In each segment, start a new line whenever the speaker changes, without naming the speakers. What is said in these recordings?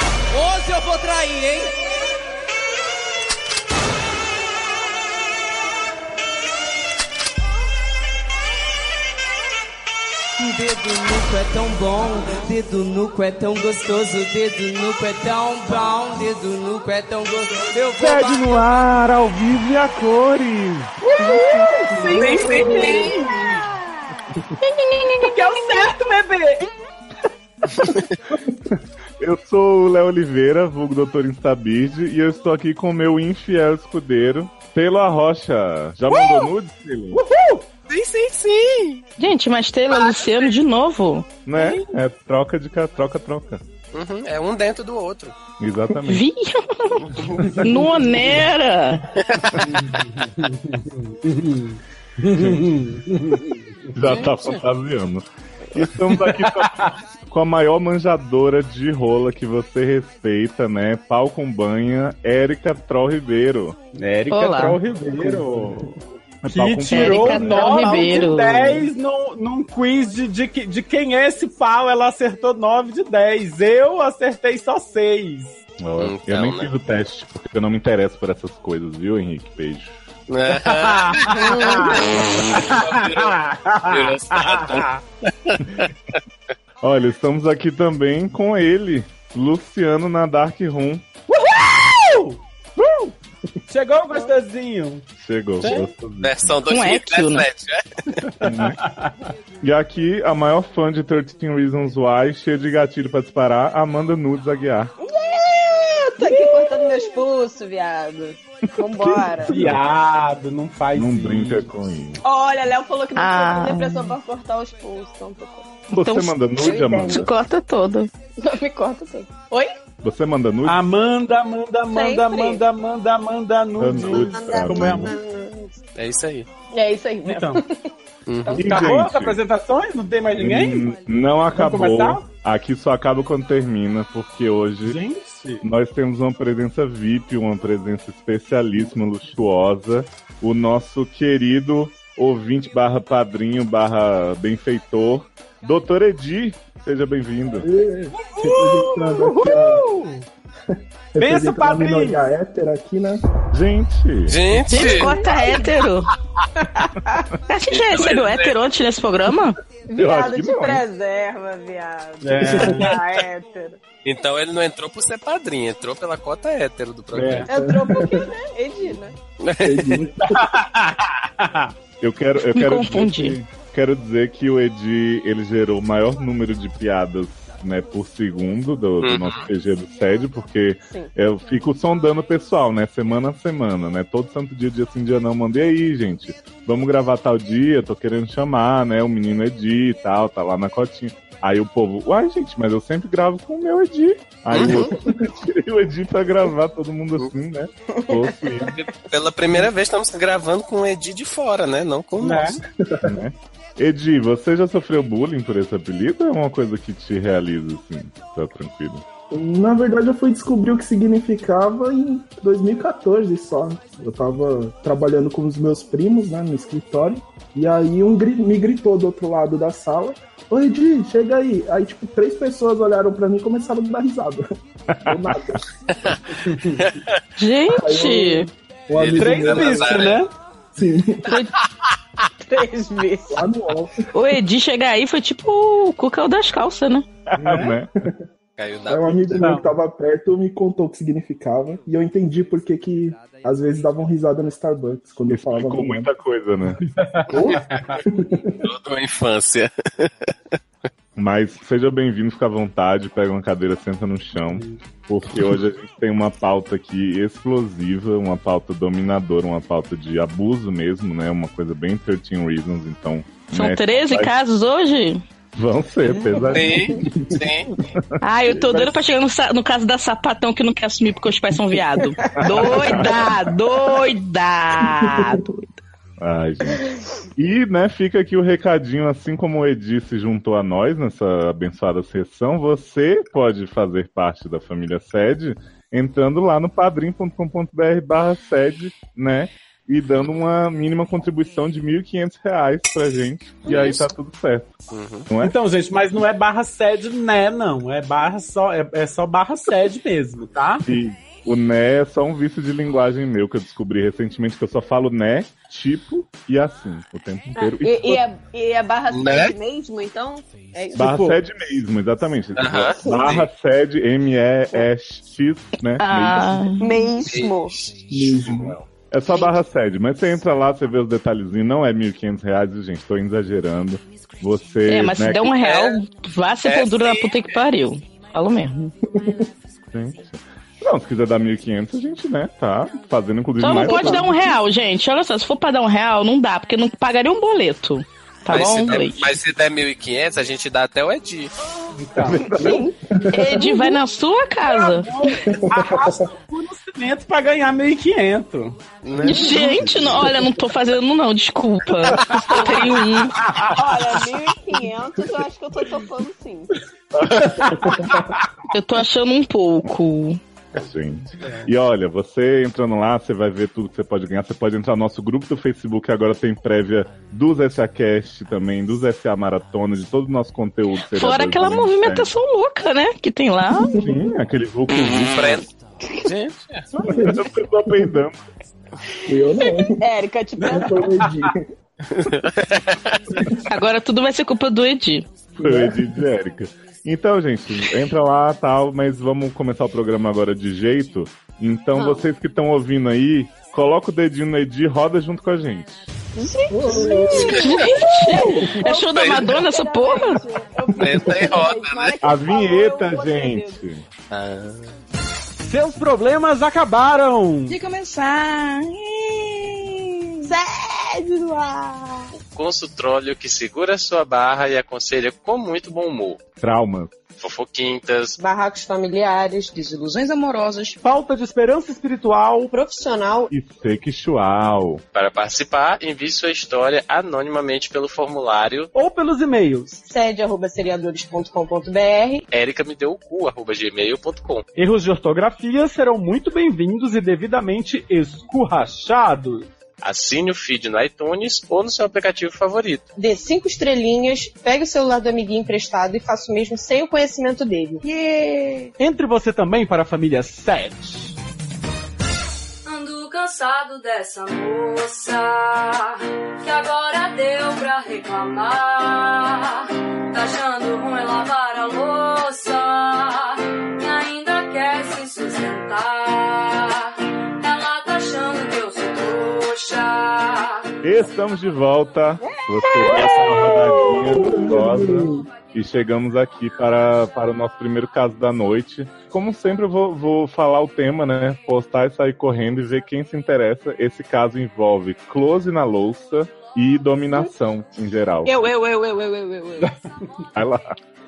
chance eu vou trair, hein? Um Dedo nuco é tão bom, dedo nuco é tão gostoso, dedo nuco é tão bom, dedo nuco é tão gostoso. Eu vou
Sede no ar, ao vivo e a cores.
Sim, sim, sim. que é o certo, bebê.
Eu sou o Léo Oliveira, vulgo Doutor Instabid, e eu estou aqui com o meu infiel escudeiro, Telo Arrocha. Já mandou nudes, Telo?
Sim, sim, sim.
Gente, mas
Ah,
Taylor Luciano de novo.
Né? É troca de ca- troca, troca.
Uhum, é um dentro do outro.
Exatamente.
Vi? Nonera!
Já tá fantasiando. E estamos aqui com a, com a maior manjadora de rola que você respeita, né? Pau com banha, Érica Troll Ribeiro.
Érica
Olá.
Troll
Ribeiro. É pau
Que
com
tirou
tirou
Érica Troll
nove de
Ribeiro.
10 num, num quiz de, de, que- de quem é esse pau. Ela acertou 9 de 10. Eu acertei só 6.
Ó, eu
Então,
nem
né?
fiz o teste, porque eu não me interesso por essas coisas, viu, Henrique? Beijo.
É.
Olha, estamos aqui também com ele, Luciano na Dark Room.
Chegou, gostosinho.
Chegou,
Sim.
gostou disso,
Versão
Um Ectio,
2017, né?
né? E aqui, a maior fã de 13 Reasons Why, cheia de gatilho pra disparar, Amanda Nudes Aguiar.
Tá aqui cortando meus pulsos, viado. Vambora.
Viado, não faz
não
isso.
brinca com isso.
Olha, Léo falou que não
Ah.
tinha depressão pra cortar os pulsos. Então, tô... co-
Você
Então,
manda nude,
eu
Amanda?
Isso corta todo.
não me corta tudo. Oi?
Você manda
Ah,
nude?
Amanda, Amanda, Amanda,
Sempre.
Amanda, Amanda, Amanda, nude.
nudes, cara.
Como é a
É isso aí.
É isso aí mesmo.
Então,
E,
acabou as
Uhum. gente, Hum.
apresentações? Não tem mais ninguém?
n- Não acabou.
começar?
Aqui só acaba quando termina, porque hoje
Gente.
Nós temos uma presença VIP, uma presença especialíssima, luxuosa. O nosso querido ouvinte barra padrinho barra benfeitor, Doutor Edi. Seja bem-vindo.
Pensa, padrinho.
hétero aqui, né?
Gente,
Gente,
Gente, corta hétero! A gente já recebeu
é.
hétero ontem nesse programa?
eu acho
Viado,
que
te
não. hein?
preserva, viado.
É.
Ah, hétero.
então ele não entrou por ser padrinho, entrou pela cota hétero do programa.
É.
Entrou porque, né? Edi, né?
Eu quero, eu
Me
quero
confundi.
dizer, que- quero dizer que o Edi ele gerou o maior número de piadas. Né, por segundo do, do
Uhum.
nosso PG do SED, porque
Sim.
eu fico sondando o pessoal, né? Semana a semana, né? Todo santo dia, dia sim, dia não, mandei aí, gente. Vamos gravar tal dia, tô querendo chamar, né? O menino Edi e tal, tá lá na cotinha. Aí o povo, uai, gente, mas eu sempre gravo com o meu Edi. Aí
Uhum.
eu tirei o Edi pra gravar, todo mundo assim, né? Possuído,
Pela primeira vez estamos gravando com o Edi de fora, né? Não com o
Né?
nosso.
né? Edi, você já sofreu bullying por esse apelido ou é uma coisa que te realiza, assim? Tá tranquilo.
Na verdade, eu fui descobrir o que significava em 2014 só. Eu tava trabalhando com os meus primos, né, no escritório. E aí um gri- me gritou do outro lado da sala. Oi, Di, chega aí. Aí, tipo, três pessoas olharam pra mim e começaram a dar risada. Do nada.
Gente!
Um amigo
Três
meu,
bichos, né?
assim,
Três vezes.
lá no off.
O Edi chegar aí foi tipo o Cuca é o das calças, né?
né?
Caiu da.
Aí um amigo
Não.
meu que tava perto me contou o que significava. E eu entendi porque que às vezes davam risada no Starbucks quando eu falava.
Explicou
"Mano,
muita coisa, né?
Toda uma infância.
Mas seja bem-vindo, fica à vontade, pega uma cadeira, senta no chão, porque hoje a gente tem uma pauta aqui explosiva, uma pauta dominadora, uma pauta de abuso mesmo, né? Uma coisa bem 13 Reasons, então.
São
né,
13
vai-
casos hoje?
Vão ser, pesadinho.
Sim, sim.
Ah, eu tô doida pra chegar no, sa- no caso da sapatão que não quer assumir porque os pais são viado. Doida, doida, doida.
Ai, gente. E, né, fica aqui o recadinho, assim como o Edi se juntou a nós nessa abençoada sessão, você pode fazer parte da família sede entrando lá no padrim.com.br barra sede, né? e dando uma mínima contribuição de R$ 1.500 pra gente. E aí tá tudo certo. Não é?
Então, gente, mas não é barra sede, né, não. É barra só, é, é só barra sede mesmo, tá?
E o né é só um vício de linguagem meu que eu descobri recentemente, que eu só falo né, tipo e assim o tempo inteiro.
Tá. E, e a, e a barra
Né?
sede mesmo, então? É isso.
Barra
Tipo-
sede mesmo, exatamente. Tipo,
Aham.
Barra sede M-E-S-X, né?
Ah,
Mesmo.
É só barra sede, mas você entra lá, você vê os detalhezinhos, não é 1.500 reais, viu, gente, tô exagerando. Você.
é, mas se
né,
der um real, vá sepultura
É,
da puta que pariu. Falo mesmo.
que- gente. Não, se quiser dar 1.500, a gente, né, tá fazendo inclusive
Só não
mais.
pode dar um real, gente. Olha só, se for pra dar um real, não dá, porque não pagaria um boleto. Tá
mas,
bom,
se der,
Leite?
mas se der 1.500, a gente dá até o Edi.
Ed, vai na sua casa.
Arrasta o cu no cimento pra ganhar 1.500.
Gente, não, olha, não tô fazendo não, desculpa. Eu tenho um.
Olha, 1.500 eu acho que eu tô topando sim.
Eu tô achando um pouco.
Gente. E olha, você entrando lá, você vai ver tudo que você pode ganhar. Você pode entrar no nosso grupo do Facebook, que agora tem prévia dos SAcast também, dos SA Maratona, de todo o nosso conteúdo.
Fora
Seriadores
aquela
do Ministério.
movimentação louca, né? Que tem lá.
Sim, aquele voo que eu vi,
Gente,
eu tô peidando.
Eu não,
Érica, tipo, te
não foi o Edi.
Agora tudo vai ser culpa do Edi.
Foi o Edith e Erika. Então, gente, entra lá tal, mas vamos começar o programa agora de jeito. Então,
Ah.
vocês que estão ouvindo aí, coloca o dedinho no Edi e roda junto com a gente.
Gente, é show da Madonna essa porra?
Preta e roda, né?
A vinheta, gente!
Seus problemas acabaram.
De começar.
Sede lá.
o consultróleo que segura sua barra e aconselha com muito bom humor.
Trauma.
Fofoquintas,
Barracos familiares, desilusões amorosas,
Falta de esperança espiritual.
profissional.
E sexual.
Para participar, envie sua história anonimamente pelo formulário
Ou pelos e-mails.
Sede arroba seriadores.com.br.
erica me deu o cu, arroba gmail.com.
Erros de ortografia serão muito bem-vindos e devidamente escurrachados.
Assine o feed no iTunes ou no seu aplicativo favorito.
Dê cinco estrelinhas, pegue o celular do amiguinho emprestado e faça o mesmo sem o conhecimento dele. Yeah!
Entre você também para a família 7.
Ando cansado dessa moça que agora deu pra reclamar. Tá achando ruim lavar a louça e ainda quer se sustentar. Ela tá achando que eu sou trouxa.
Estamos de volta. Você passa uma rodadinha gostosa. E chegamos aqui para, para o nosso primeiro caso da noite. Como sempre, eu vou, vou falar o tema, né? Postar e sair correndo e ver quem se interessa. Esse caso envolve close na louça e dominação em geral.
Eu, eu, eu, eu, eu, eu, eu. eu.
Vai lá.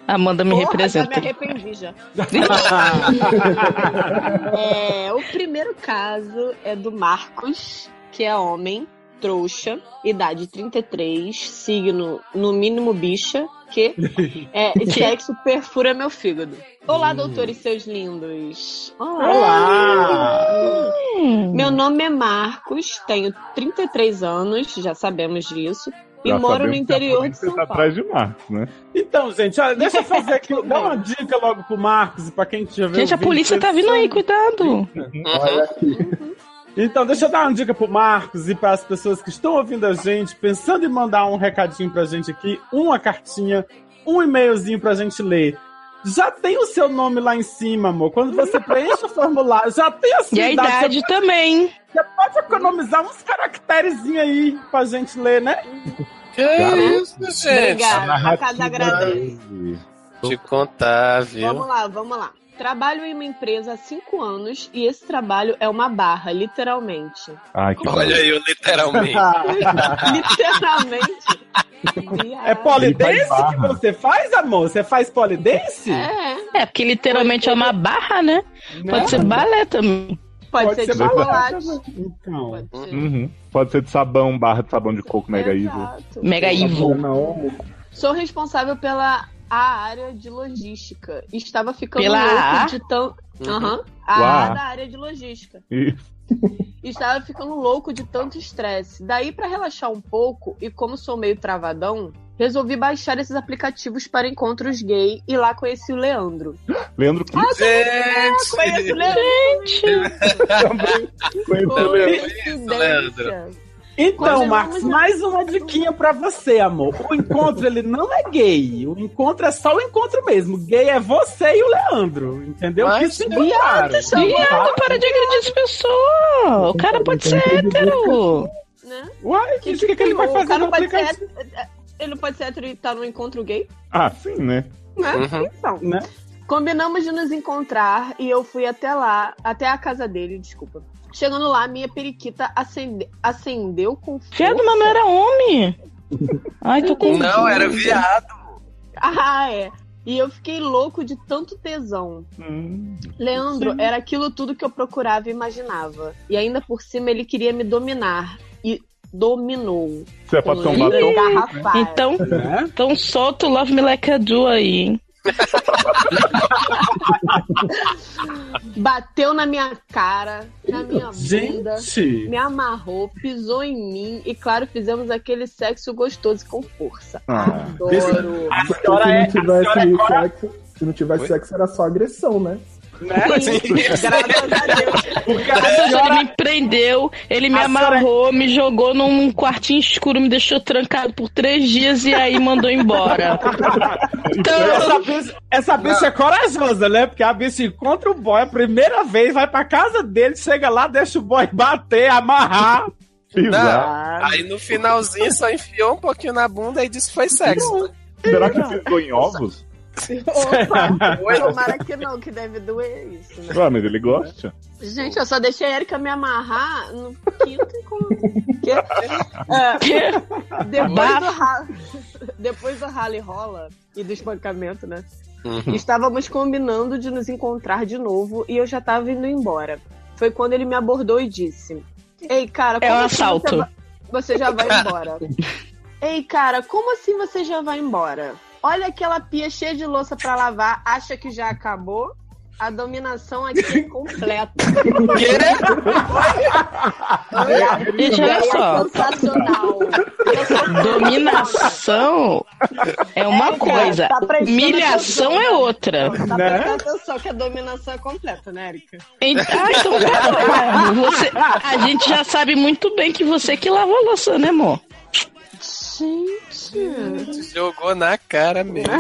Amanda me
Porra,
representa.
tá
Já me arrependi já. É, o primeiro caso é do Marcos, que é homem, trouxa, idade 33, signo no mínimo bicha, que é sexo perfura meu fígado.
Hum.
Olá, doutores seus lindos.
Olá!
Hum.
Meu nome é Marcos, tenho 33 anos, já sabemos disso, e
Já
moro no
sabemos que a
interior de
polícia
São
tá
Paulo.
atrás de Marcos, né?
Então, gente, olha, deixa eu fazer aqui, dá uma dica logo pro Marcos e pra quem tiver.
Gente, a
ouvindo,
polícia tá vindo aí, cuidado.
Olha aqui.
Então, deixa eu dar uma dica pro Marcos e para as pessoas que estão ouvindo a gente, pensando em mandar um recadinho pra gente aqui, uma cartinha, um e-mailzinho pra gente ler. Já tem o seu nome lá em cima, amor. Quando você preenche o formulário, já tem a sua
E a
idade.
idade também.
Você pode economizar uns caracterezinhos aí pra gente ler, né?
Que isso, gente?
Obrigada, a casa agradece.
Te contar, viu?
Vamos lá, vamos lá. Trabalho em uma empresa há cinco anos e esse trabalho é uma barra, literalmente.
Ai, que
Olha eu literalmente.
literalmente.
É
Viado.
polidense que
barra.
você faz, amor? Você faz polidense?
É,
É, porque literalmente é uma barra, né? Pode ser balé também.
pode, ser, de chocolate.
Então,
Pode ser.
Uhum. Pode ser de sabão, barra de sabão de coco, mega evil.
Exato.
Mega Evil.
Na homo.
Sou responsável pela a área de logística. Estava ficando
Pela
louco
A?
de tão... Aham.
Uá.
A A da área de logística.
E
Estava ficando louco de tanto estresse. Daí, para relaxar um pouco, e como sou meio travadão, resolvi baixar esses aplicativos para encontros gay e lá conheci o Leandro.
Leandro que
Conheci o Leandro, coincidência. né?
Leandro.
Então,
Continuamos
Marcos,
na-
mais uma diquinha pra você, amor. O encontro, ele não é gay. O encontro é só o encontro mesmo. Gay é você e o Leandro, tá entendeu?
Mas,
que se encontraram.
Viado, para de agredir as pessoas. O cara pode ser hétero.
Né?
Uai, o que, que, que ele vai
o
fazer
cara
no
não pode ser
aplicativo?
hétero- é, Ele não pode ser hétero e tá num encontro gay?
Ah, sim, né?
Né?
Uhum.
Então,
Né?
Combinamos de nos encontrar e eu fui até lá, até a casa dele, desculpa. Chegando lá, minha periquita acende- acendeu com
Viado,
força.
mas não era homem. Ai, tô com.
Não, era viado.
Ah, é. E eu fiquei louco de tanto tesão.
Hum.
Leandro era aquilo tudo que eu procurava e imaginava. E ainda por cima ele queria me dominar. E dominou.
Você é pra
Com
tombar
letra
tão
garrafais.
Então,
Né?
então solta o Love Me Like a Do aí, hein?
Bateu na minha cara, na minha bunda.
Gente,
Me amarrou, pisou em mim e, claro, fizemos aquele sexo gostoso e com força.
Ah.
Adoro.
a
Porque se
senhora é...
não
A senhora é
tivesse
cora-
sexo, se não tivesse
Oi?
sexo, era só agressão, né?
né?
Graças a Deus.
Porque
A
a
senhora
senhora...
me prendeu, ele me
A senhora-
amarrou, me jogou num quartinho escuro, me deixou trancado por três dias e aí mandou embora.
Essa
Então,
bicha, essa bicha é corajosa, né? Porque a bicha encontra o boy a primeira vez, vai pra casa dele, chega lá, deixa o boy bater, amarrar.
pisar.
Ah,
Aí no finalzinho só enfiou um pouquinho na bunda e disse que foi sexo.
Será que pisou em ovos?
Opa, tomara que não, que deve doer isso, né?
Ah, mas ele gosta.
Gente, eu só deixei a Erika me amarrar no quinto encontro. Que- É, depois, do ra... depois do rally rola e do espancamento, né?
Uhum.
Estávamos combinando de nos encontrar de novo e eu já tava indo embora. Foi quando ele me abordou e disse: Ei, cara,
É
como
um
assim você
assalto.
va- Você, já vai embora. Ei, cara, como assim você já vai embora? Olha aquela pia cheia de louça pra lavar, acha que já acabou? A dominação aqui é completa. Olha,
Gente, olha
ela é
só.
Sensacional.
dominação é uma
É, cara,
coisa,
tá prestando
humilhação é
atenção.
outra.
Tá
Né?
prestando atenção que a dominação é completa, né, Erika?
Ent- Ah, então tá bom, Erasmo. Você- A gente já sabe muito bem que você que lava a louça, né, amor?
Gente.
Jogou na cara mesmo.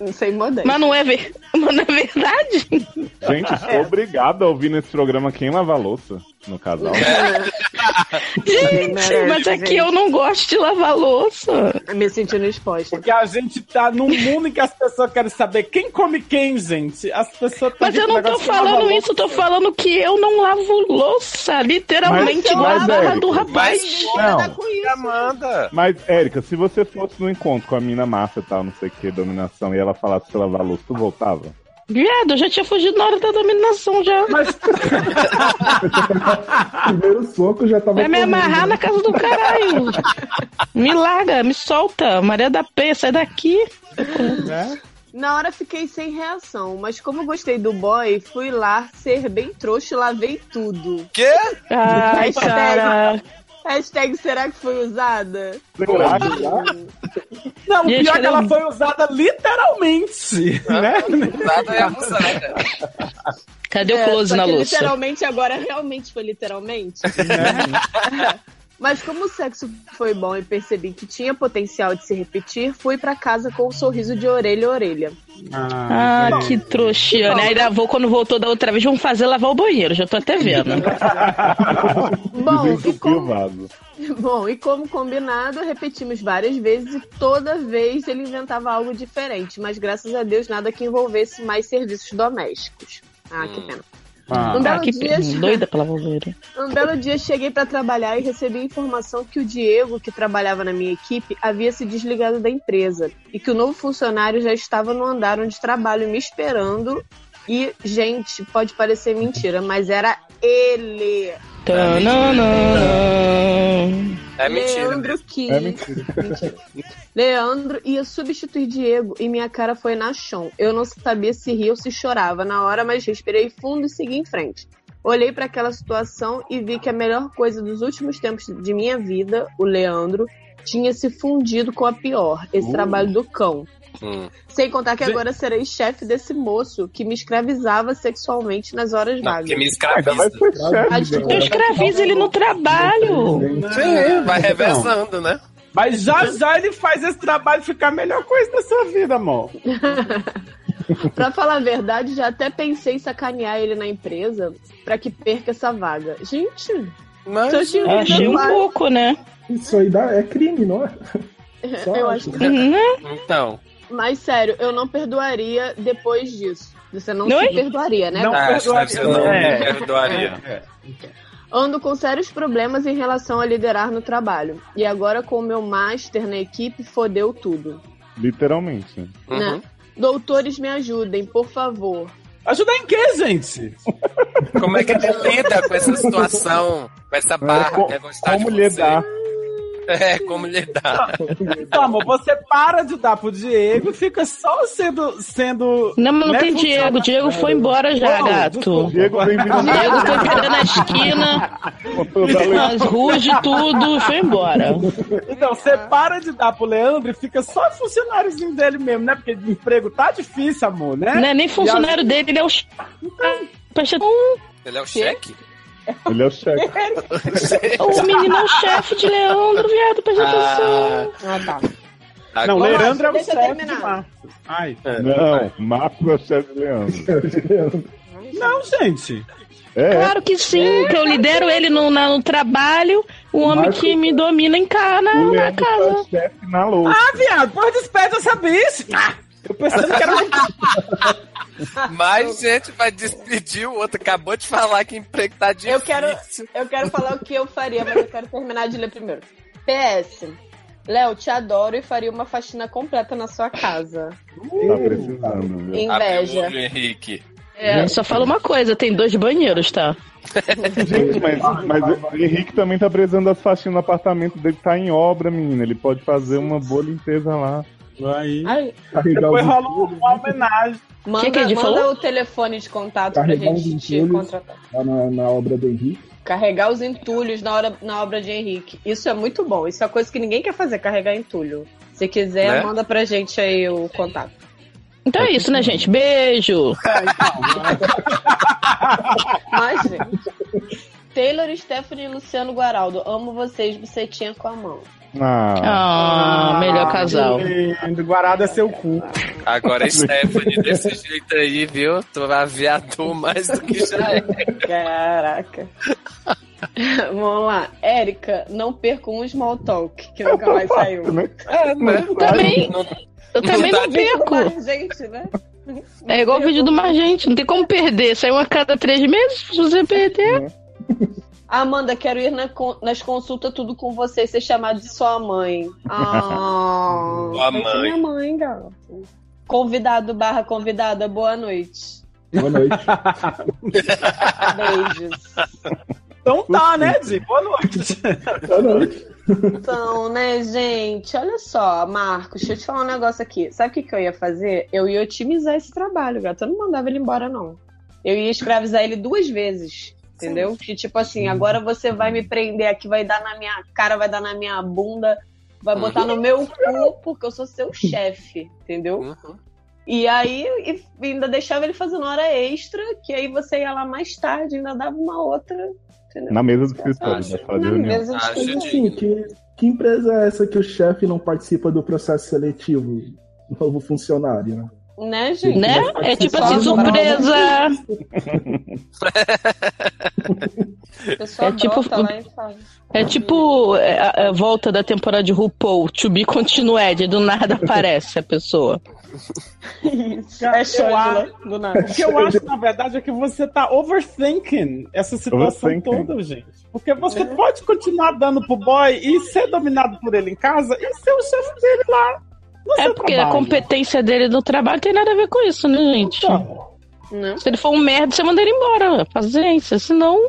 Hum, Sem modéstia.
Mas não é, ver... Mas não é verdade?
Gente, sou obrigado a ouvir nesse programa quem lava a louça no casal.
Gente, mas é que eu não gosto de lavar louça.
Me sentindo exposta.
Porque a gente tá num mundo em que as pessoas querem saber quem come quem, gente. As pessoas tão
Mas eu
vendo
não tô
negócio é que lava
falando
louça.
isso, eu tô falando que eu não lavo louça, literalmente,
Mas-
igual a
mas,
barra
é,
do rapaz.
Não.
mas-
com isso.
Amanda.
Mas, Érica, se você fosse no encontro com a mina massa e tal, não sei o que, dominação, e ela falasse pra lavar a louça, tu voltava?
Viado, eu já tinha fugido na hora da dominação já.
Primeiro soco já tava.
Vai me
tomando.
amarrar na casa do caralho. me larga, me solta. Maria da Penha, sai daqui.
Na hora fiquei sem reação, mas como gostei do boy, fui lá ser bem trouxa e lavei tudo.
Quê?
Ai,
Hashtag.
cara.
Hashtag será que foi usada?
Será que
Já?
Não, o
Gente,
pior é que
cadê
ela
o-
foi usada literalmente,
Ah.
né?
Nada é abusada.
Cadê o
É,
close
só
na
que
louça?
Literalmente, agora realmente foi literalmente. Mas como o sexo foi bom e percebi que tinha potencial de se repetir, fui pra casa com um sorriso de orelha a orelha.
Ah, que trouxiane. Aí lavou quando voltou da outra vez. Vamos fazer lavar o banheiro, já tô até vendo.
Bom, e
Desentupiu o
como
vaso.
Bom, e como combinado, repetimos várias vezes e toda vez ele inventava algo diferente, mas graças a Deus nada que envolvesse mais serviços domésticos. Ah, que pena. Um
Hum. Ah,
belo,
que
dia,
pe- doida pela banheiro.
um belo dia cheguei pra trabalhar e recebi a informação que o Diego, que trabalhava na minha equipe, havia se desligado da empresa e que o novo funcionário já estava no andar onde trabalho me esperando. E, gente, pode parecer mentira, mas era ele.
Tananã.
É mentira.
Leandro Kiss.
É mentira.
Leandro ia substituir Diego e minha cara foi na chão. Eu não sabia se ria ou se chorava na hora, mas respirei fundo e segui em frente. Olhei para aquela situação e vi que a melhor coisa dos últimos tempos de minha vida, o Leandro, tinha se fundido com a pior, esse
Uh.
trabalho do cão.
Hum.
Sem contar que
Gente-
agora serei chefe desse moço que me escravizava sexualmente nas horas
Não,
vagas.
porque me
Ainda Ah, então vai
escraviza.
ser chefe,
Ah, desculpa.
Eu escravizo ele no trabalho.
Sim, vai
então.
revezando, né?
Mas já já ele faz esse trabalho ficar a melhor coisa da sua vida, amor.
Pra falar a verdade, já até pensei em sacanear ele na empresa pra que perca essa vaga. Gente,
Mas
seu time
Eu achei um pouco, né?
Isso aí dá, é crime, não é? Só
Eu acho
acho.
que.
Né?
Então,
Mas sério, eu não perdoaria depois disso. Você não
Oi?
se perdoaria, né?
Não
ah, acho que
perdoaria.
deve ser não
É.
perdoaria.
Ando com sérios problemas em relação a liderar no trabalho. E agora, com o meu master na equipe, fodeu tudo. né?
literalmente.
Uhum.
Doutores, me ajudem, por favor.
Ajudar em quê, gente?
Como é que ele lida com essa situação, com essa barra,
co-
que é gostar
Como
de você?
lidar?
É, como lidar.
Então, amor, você para de dar pro Diego e fica só sendo. sendo
Não, mas não
né,
tem
funcionário.
Diego. Diego foi embora já,
Não,
gato.
desculpa.
Diego, bem-vindo
Diego foi pedra na esquina,
ao toda a
as ruas de tudo, e foi embora.
Então, você para de dar pro Leandro e fica só funcionáriozinho dele mesmo, né? Porque emprego tá difícil, amor, né?
Não é nem funcionário dele, ele é o. ch- Pra che-
Ele é o cheque?
Ele é o chefe.
O menino é o chefe de Leandro, viado, presta atenção.
Ah, tá.
agora-
Não, Leandro é o
Deixa eu
chefe de
terminar.
Marcos. Ai.
É,
Não, Marco é o chefe do Leandro.
Não, gente.
É,
Claro que sim, que eu lidero ele no, na- no trabalho, o homem
Marco-
que me domina em ca, na,
o
na
Leandro é
casa.
o chefe na louça.
Ah, viado, porra, despede essa bicha. Ah, eu pensando que era uma
Mas, gente, vai despedir o outro. Acabou de falar que emprego tá difícil.
Eu quero, eu quero falar o que eu faria, mas eu quero terminar de ler primeiro. PS. Léo, te adoro e faria uma faxina completa na sua casa.
Tá precisando, viu?
Abre o
Inveja.
olho, Henrique.
É, só fala uma coisa, tem dois banheiros, tá?
Gente, mas, mas o Henrique também tá precisando das faxinas no apartamento dele, tá em obra, menina. Ele pode fazer uma boa limpeza lá.
Aí.
Ai,
Carregar
Depois
os-
rola uma
né?
homenagem.
manda
que a gente
manda
falou?
o telefone de contato pra
Carregar
gente
os
te
entulhos.
contratar.
lá na, na obra do Henrique.
Carregar os entulhos na, hora, na obra de Henrique. Isso é muito bom. Isso é uma coisa que ninguém quer fazer, carregar entulho. Se quiser,
Né?
manda pra gente aí o contato.
Então é isso, né, gente? Beijo!
Mas, gente. Taylor, Stephanie e Luciano Guaraldo. Amo vocês, bucetinha com a mão.
Ah,
Ah, melhor casal.
Lindo, Guarado é seu cu.
Agora, é Stephanie, desse jeito aí, viu? Tu vai aviador mais do que já é.
Caraca. Vamos lá. Érica, não perca um small talk, que nunca mais saiu.
né?
É, né?
Também.
Não-
Eu também não perco.
Mais gente, né?
É igual o vídeo do Margente, não tem como perder. Saiu a cada três meses, se você perder.
Amanda, quero ir na con- nas consultas tudo com você e ser chamada de sua mãe. Ah,
Sua
vai ser
mãe.
Minha mãe, gato. Convidado barra convidada, boa noite.
Boa noite.
Beijos.
Então tá, né, Di? Boa noite.
Boa noite.
Então, né, gente? Olha só, Marcos, deixa eu te falar um negócio aqui. Sabe o que, que eu ia fazer? Eu ia otimizar esse trabalho, gato. Eu não mandava ele embora, não. Eu ia escravizar ele duas vezes. Entendeu? Que tipo assim, agora você vai me prender aqui, vai dar na minha cara, vai dar na minha bunda, vai
Uhum.
botar no meu cu, porque eu sou seu chefe, entendeu?
Uhum.
E aí e ainda deixava ele fazendo hora extra, que aí você ia lá mais tarde, ainda dava uma outra, entendeu?
Na mesa do escritório,
Acho-
vai fazer
Na
reunião.
mesa de
Acho
coisa.
Mas assim, que, que empresa é essa que o chefe não participa do processo seletivo? do Novo funcionário, né?
Né, gente?
Né? É tipo assim, surpresa!
Pessoal
É tipo-
brota lá e fala.
É tipo é, a, a volta da temporada de RuPaul, To Be Continued, do nada aparece a pessoa.
Isso.
Cara, eu
É
acho-
Xandila, do nada.
O que eu acho, na verdade, é que você tá overthinking essa situação
Overthinking.
toda, gente. Porque você pode continuar dando pro boy e ser dominado por ele em casa e ser o chefe dele lá. no
É
seu
porque a
trabalho.
competência dele no trabalho não tem nada a ver com isso, né, gente?
Então,
Né?
Se ele for um merda, você manda ele embora. Paciência, senão.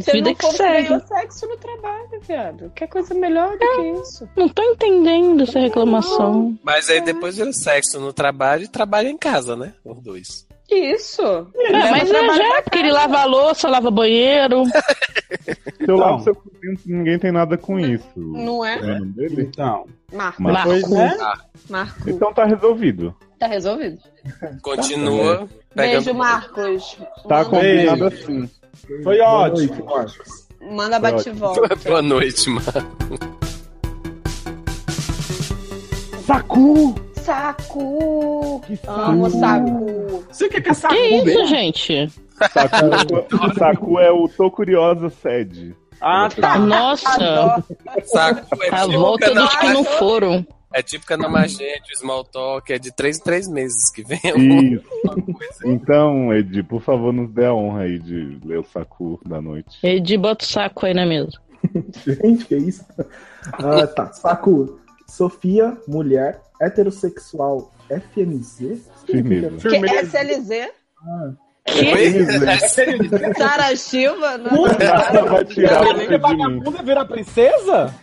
Se ele
vida
não
que
for um
segue.
ganhar sexo no trabalho, viado. Que é coisa melhor do que isso?
Não tô entendendo essa reclamação.
Mas aí depois vira sexo no trabalho e trabalha em casa, né? Os dois.
Isso.
É, mas é já, porque ele lava a louça, lava banheiro.
Se eu lavo seu cozinho, ninguém tem nada com isso.
Não é?
É o nome dele?
Então, né?
Marco.
Mas,
Marco.
pois é.
Marco.
Então tá resolvido.
Tá resolvido.
Continua.
Beijo,
Pegando...
Marcos.
Tá
Manda-
combinado assim.
foi
Boa
ótimo.
noite, Marcos.
Manda bate-volta.
Boa noite, mano.
Sacu!
Saco! Amo saco.
Você quer caçar
Que
um
com
isso,
B?
gente?
Sacu, Sacu é o Tô Curiosa sede.
Ah, tá.
Nossa,
Saco é
a
típica
volta
na
dos que não
Magente,
foram.
É típica na Magente, o Small Talk é de três em três meses que vem.
Isso. Então, Edi, por favor, nos dê a honra aí de ler o Sacu da noite.
Edi, bota o saco aí né, na mesa.
Gente, que isso? Ah, tá. Saco. Sofia, mulher, heterossexual, FMZ?
Firmeza.
Que
Firmeza.
é
SLZ?
Que?
Sara Silva? Não.
Ela vai tirar
Porque
você de mim.
vagabunda vira princesa?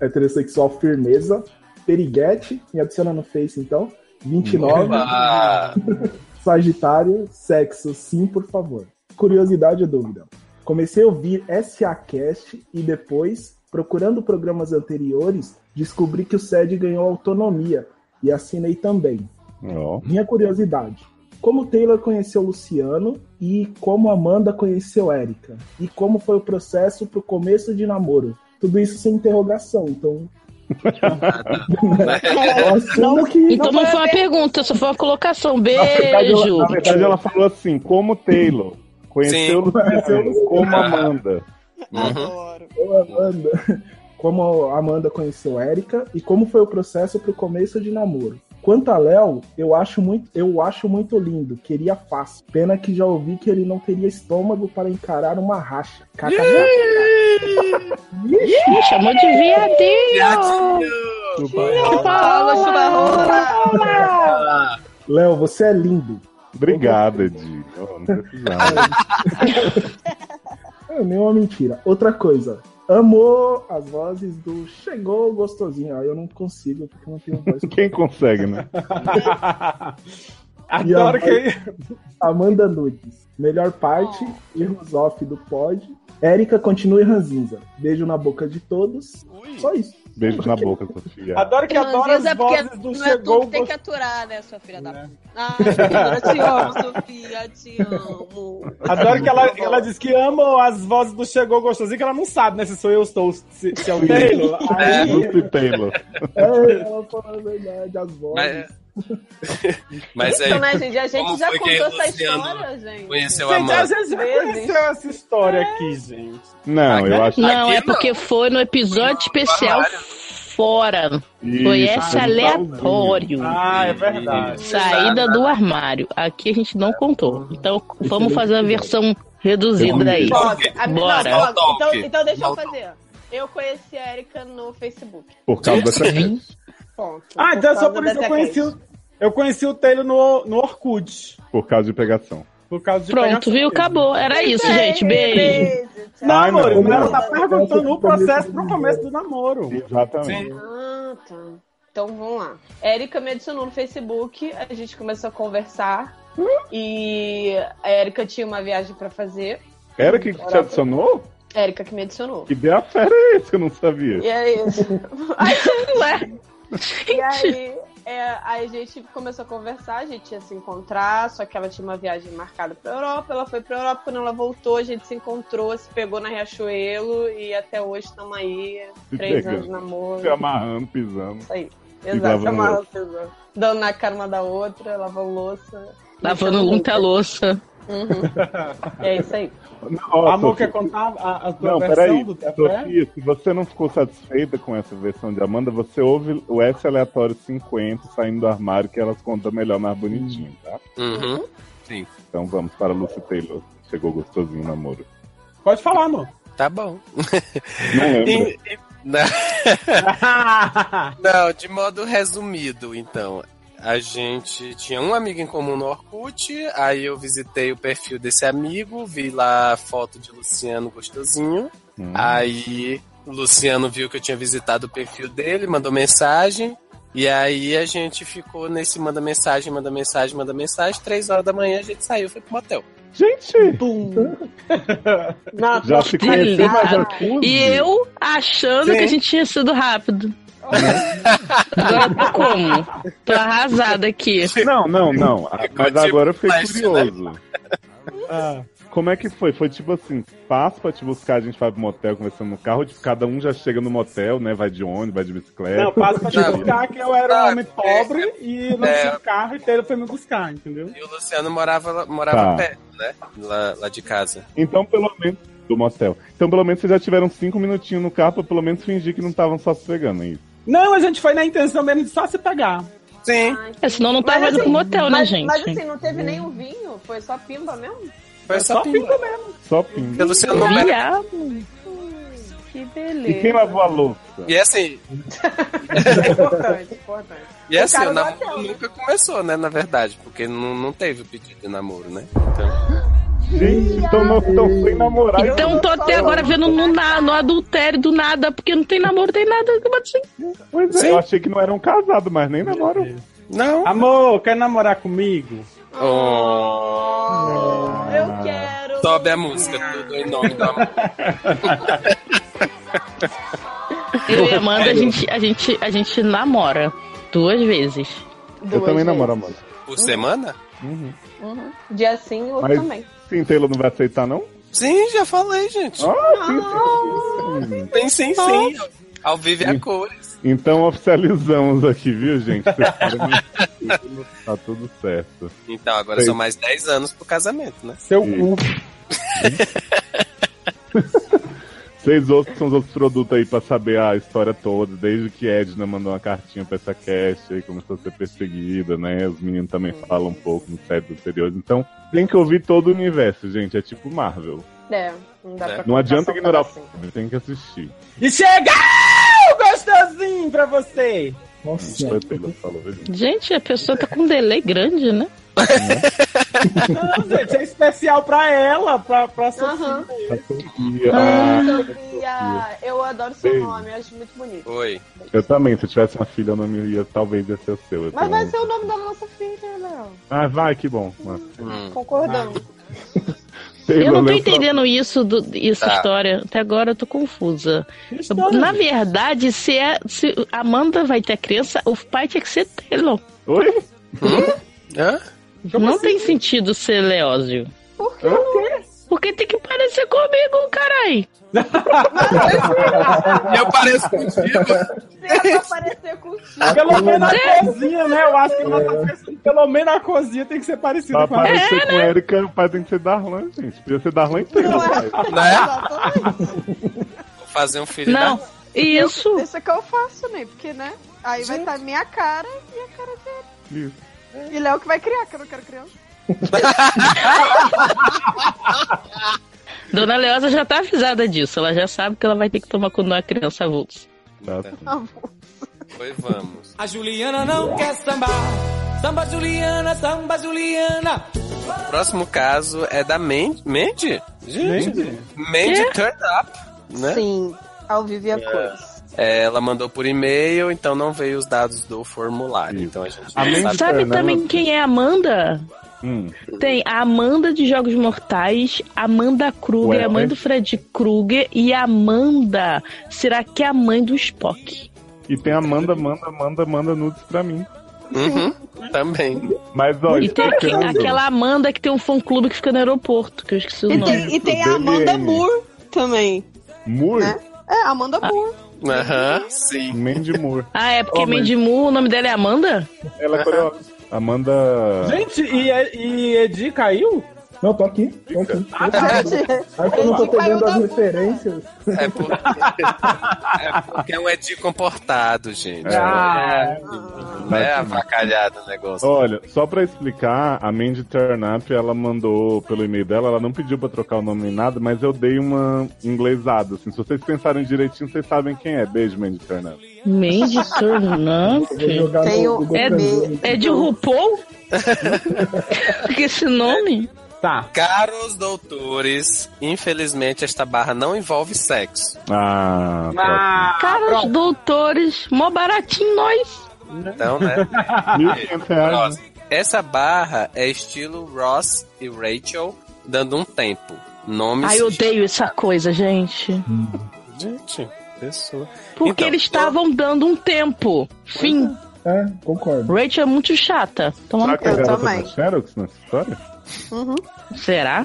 Heterossexual, firmeza, periguete, me adiciona no Face então.
é
29,
Ah,
Sagitário, sexo, sim, por favor. Curiosidade ou dúvida? Comecei a ouvir SAcast e depois, procurando programas anteriores, descobri que o SED ganhou autonomia e assinei também.
Ó.
Minha curiosidade. Como Taylor conheceu Luciano e como Amanda conheceu Érica? E como foi o processo pro começo de namoro? Tudo isso sem interrogação, então. Nossa, não que.
Então não foi uma pergunta, só foi uma colocação.
verdade,
Beijo.
ela- na verdade, ela falou assim: como Taylor. Conheceu
Sim.
Luciano como Amanda.
uhum.
Adoro.
Ô, Amanda. Como a Amanda conheceu Érica e como foi o processo pro começo de namoro. Quanto a Léo, eu acho muito, eu acho muito lindo, queria fácil. Pena que já ouvi que ele não teria estômago para encarar uma racha. KKK.
Me chamou de viadinho.
Paola Chubarrola.
Léo, você é lindo.
Obrigada, Edi. Ó, Não precisava.
É nenhuma mentira. Outra coisa. Amou as vozes do Chegou Gostosinho. Ah, Eu não consigo, porque eu não tenho voz.
Quem consegue, né?
Adoro que.
Amanda Nunes. Melhor parte, erros off do pod. Érica, continue ranzinza. Beijo na boca de todos. Só isso.
Beijo na boca, Sofia.
Adoro que adora
Ranzinza
as
é porque
vozes do
não é tu
chegou.
que tem que
você-
aturar, né, sua filha da puta? Ai, Sofia, te amo, Sofia, te amo.
Adoro que ela, ela diz que ama as vozes do Chegou Gostosinho, que ela não sabe, né? Se sou eu, estou, se, se é o Taylor. Aí,
Lucy Taylor.
É, ela falou a verdade, as vozes.
Mas, mas
Então,
aí,
né, gente? A gente
Como
já
foi que
contou essa
Luciano
história, gente.
conheceu a
gente, a
Amanda.
gente já conheceu essa história aqui, gente.
Não, eu acho
Não,
Aqui
é
não.
porque foi no episódio especial fora.
que.
Foi essa
aleatória.
aleatório.
Ah, é verdade.
Saída do armário. Aqui a gente não contou. Então vamos fazer a versão reduzida aí.
Foda. A-
Bora.
não, foda. Então,
Maltoque.
então deixa eu
Maltoque.
fazer. Eu conheci a Erika no Facebook.
Por causa dessa.
Ponto.
Ah, então é só
Por causa
por isso que
dessa
eu conheci,
crise.
o- eu conheci o Taylor no, no Orkut.
Por causa de pegação.
Por causa de
Pronto,
pegação
viu?
mesmo.
Acabou. Era isso, gente. Beijo.
Beijo, tchau.
Não,
Ai,
amor,
não,
ela
não.
tá perguntando o processo pro começo do namoro.
Exatamente.
Ah, tá. Então vamos lá. Érica me adicionou no Facebook, a gente começou a conversar. E a Érica tinha uma viagem pra fazer.
Era que te adicionou?
Érica que me adicionou.
Que ideia fera é essa? Eu não sabia.
E aí. Ai, é. ué. E aí, é, aí a gente começou a conversar, a gente ia se encontrar, só que ela tinha uma viagem marcada pra Europa, ela foi pra Europa, quando ela voltou, a gente se encontrou, se pegou na Riachuelo e até hoje estamos aí,
Se
três
pegando.
anos de namoro.
Se amarrando, pisando.
Isso aí.
lavando
Exato, amarra o tesouro. Dando na cara uma da outra, lavando louça.
Lavando muita louça.
Uhum. É isso aí.
Não, ó,
Amor,
Sofia.
quer contar a, a tua
Não,
versão
peraí.
do café?
Sofia, se você não ficou satisfeita com essa versão de Amanda, você ouve o S aleatório 50 saindo do armário que elas contam melhor, mais bonitinho, tá?
Uhum.
Então vamos para Lucy Taylor. Chegou gostosinho o namoro.
Pode falar, amor.
Tá bom.
Não
É.
lembro.
E- né? e- na- Não, de modo resumido, então. A gente tinha um amigo em comum no Orkut, aí eu visitei o perfil desse amigo, vi lá a foto de Luciano Gostosinho.
Hum.
Ah,
Aí o Luciano viu que eu tinha visitado o perfil dele, mandou mensagem. E aí a gente ficou nesse manda mensagem, manda mensagem, manda mensagem. Três horas da manhã a gente saiu, foi pro motel.
Gente,
Na
já é se conheceu mais
Delirado.
acuso?
E eu achando
Sim.
que a gente tinha sido rápido. Agora tô como? Tô arrasada aqui.
Não, não, não.
É
Ah, Mas
Ficou
agora eu fiquei
tipo
né?
flash,
curioso.
Ah,
Como é que foi? Foi tipo assim, passo pra te buscar, a gente vai pro motel, conversando no carro, ou, tipo, cada um já chega no motel, né? Vai de ônibus, vai de bicicleta.
não, passa pra te
Não.
buscar que eu era um
Não,
homem
Tá, é-
pobre e não
é.
tinha carro inteiro foi me buscar, entendeu?
E o Luciano morava, lá- morava
Tá.
perto, né? Lá, lá de casa.
Então, pelo menos. Do motel. Então, pelo menos vocês já tiveram cinco minutinhos no carro pra pelo menos fingir que não estavam só se pegando é aí.
Não, a gente foi na intenção mesmo de só se pegar.
Sim,
É, senão não tava
Mas,
indo pro
assim,
motel, né,
mas,
gente?
mas assim, não teve nenhum vinho, foi só pimba mesmo?
foi É só, pimba.
pinto mesmo.
Só pinga.
Porque o Luciano não era-
Viado.
Que
E
beleza.
quem lavou a louça?
E assim,
É Importante, importante.
e assim
cara
o
do
namoro
hotel, né?
nunca começou, né? Na verdade, porque não, não teve o pedido de namoro, né? Então,
Gente, então nós estamos sem namorar.
Então tô até agora vendo no, na- no adultério do nada, porque não tem namoro, tem nada. como assim?
Pois é, eu achei que não eram casados, mas nem namoram.
não.
Amor, quer namorar comigo?
Oh.
Ah.
Eu quero.
Sobe a música, tudo em nome do amor.
Eu e Amanda, a gente, a gente, a gente namora duas vezes.
Eu também
vezes.
namoro, amor.
Por semana?
Uhum. Dia sim, outro
Mas-
também.
Sim, Taylor não vai aceitar, não?
Sim, já falei, gente.
Ah, sim, sim, sim.
Tem sim, sim. Ao vivo é a cores.
Então oficializamos aqui, viu, gente? tá tudo certo.
Então, agora
Sim.
são mais 10 anos pro casamento, né?
um
Seu
Sim.
cu.
Vocês ouçam os outros produtos aí pra saber a história toda, desde que Edna mandou uma cartinha pra essa cast aí, começou a ser perseguida, né? Os meninos também
Uhum.
falam um pouco nos séries anteriores. Então, tem que ouvir todo o universo, gente. É tipo Marvel.
É, não dá
É.
pra Tá
Não
contar
adianta
só um
ignorar o
pedacinho.
filme, tem que assistir.
E chega! Ah, Gostosinho pra você!
Isso
Nossa,
foi o Taylor que falou, viu, gente?
Gente, a pessoa tá com um delay grande, né?
Não, gente, é especial pra ela, pra, pra Sofia.
Aham.
A Sofia,
Ah,
ah,
Tá Sofia, eu adoro seu
Beijo.
nome, eu acho muito bonito.
Oi.
eu também, se eu tivesse uma filha, eu não me ia, talvez ia ser o seu. eu
Mas
tenho-
vai
um-
ser o nome da nossa filha, Léo.
Ah, vai, que bom. Mas...
Concordamos.
Ah.
Eu não tô
lembra-
entendendo isso, do, isso
Tá.
história. Até agora eu tô confusa. Na verdade, se, é, se Amanda vai ter criança, o pai tinha que ser Taylor.
Oi?
Hã?
Então,
não
assim,
tem sentido ser Leózio.
assim? Por que não?
Porque tem que parecer comigo, carai.
Eu pareço contigo.
Ela vai aparecer contigo.
Pelo menos a cozinha, né? Eu acho que ela tá pensando, pelo menos a cozinha tem que ser
É,
parecida
Pra
com a
parecer com
né?
Erika, o pai tem que ser Darlan, gente. Podia ser Darlan inteiro.
é?
pai.
Né?
Exatamente.
Vou fazer um filho
Não, isso.
Isso é que eu faço, né? Porque, né? Aí vai estar minha cara e a cara dele.
Isso.
E Léo que vai criar, um que eu não quero criança.
Dona Leosa já tá avisada disso. Ela já sabe que ela vai ter que tomar quando uma criança avulsa.
da...
Tá.
Então, Foi, vamos.
A Juliana não quer sambar. Samba Juliana, samba Juliana.
O próximo caso é da Mandy. Mandy? Gente, Mandy Turn Up, né?
Sim, ao vivo e a cores.
É, ela mandou por e-mail, então não veio os dados do formulário.
Isso.
Então a gente
A
não
Mandy-
sabe.
Sabe
Fernanda.
também quem é a Amanda?
Hum.
Tem a Amanda de Jogos Mortais, Amanda Kruger,
Ué,
a mãe
ué.
do Fred Kruger e a Amanda. Será que é a mãe do Spock?
E tem a Amanda, manda, manda, manda nudes pra mim.
Uhum, também.
Mas, ó,
E tem aque-
explicando-
aquela Amanda que tem um fã clube que fica no aeroporto, que eu esqueci o
E
nome.
tem, e tem a Amanda Moore também.
Moore?
É, Amanda Moore.
Aham,
Né?
sim.
Mandy Moore.
Ah, é porque
Oh, mas-
Mandy Moore, o nome dela é Amanda?
Ela é coreógrafa. Amanda...
Gente, e, e Edi caiu?
não, tô aqui. Tô aqui.
Gente,
Aí que eu não tô
Ele caiu
pegando
da
as
bunda.
referências.
É porque, é porque é um Edi comportado, gente.
Ah,
Não é avacalhado o negócio.
Olha, só pra explicar, a Mandy Turnup, ela mandou pelo e-mail dela, ela não pediu pra trocar o nome nem nada, mas eu dei uma inglesada, assim. Se vocês pensarem direitinho, vocês sabem quem é. Beijo, Mandy Turnup.
Mandy
Vou
Turnante?
jogar
Tem o-
no Google
É,
Translate.
é de RuPaul? Porque esse nome?
tá.
Caros doutores, infelizmente esta barra não envolve sexo.
Ah,
Ah,
Cara, os
pronto.
doutores, mó baratinho nós.
Então, né?
1.500 reais.
Nossa, essa barra é estilo Ross e Rachel dando um tempo. Nomes.
Ai, eu odeio essa coisa, gente.
Gente, pessoa.
Porque
Então,
eles
eu-
estavam dando um tempo. Fim.
É, concordo.
Rachel é muito chata. Toma
Será
no
que a
Eu
cu.
garota
também.
tá Xerox nessa história?
Será?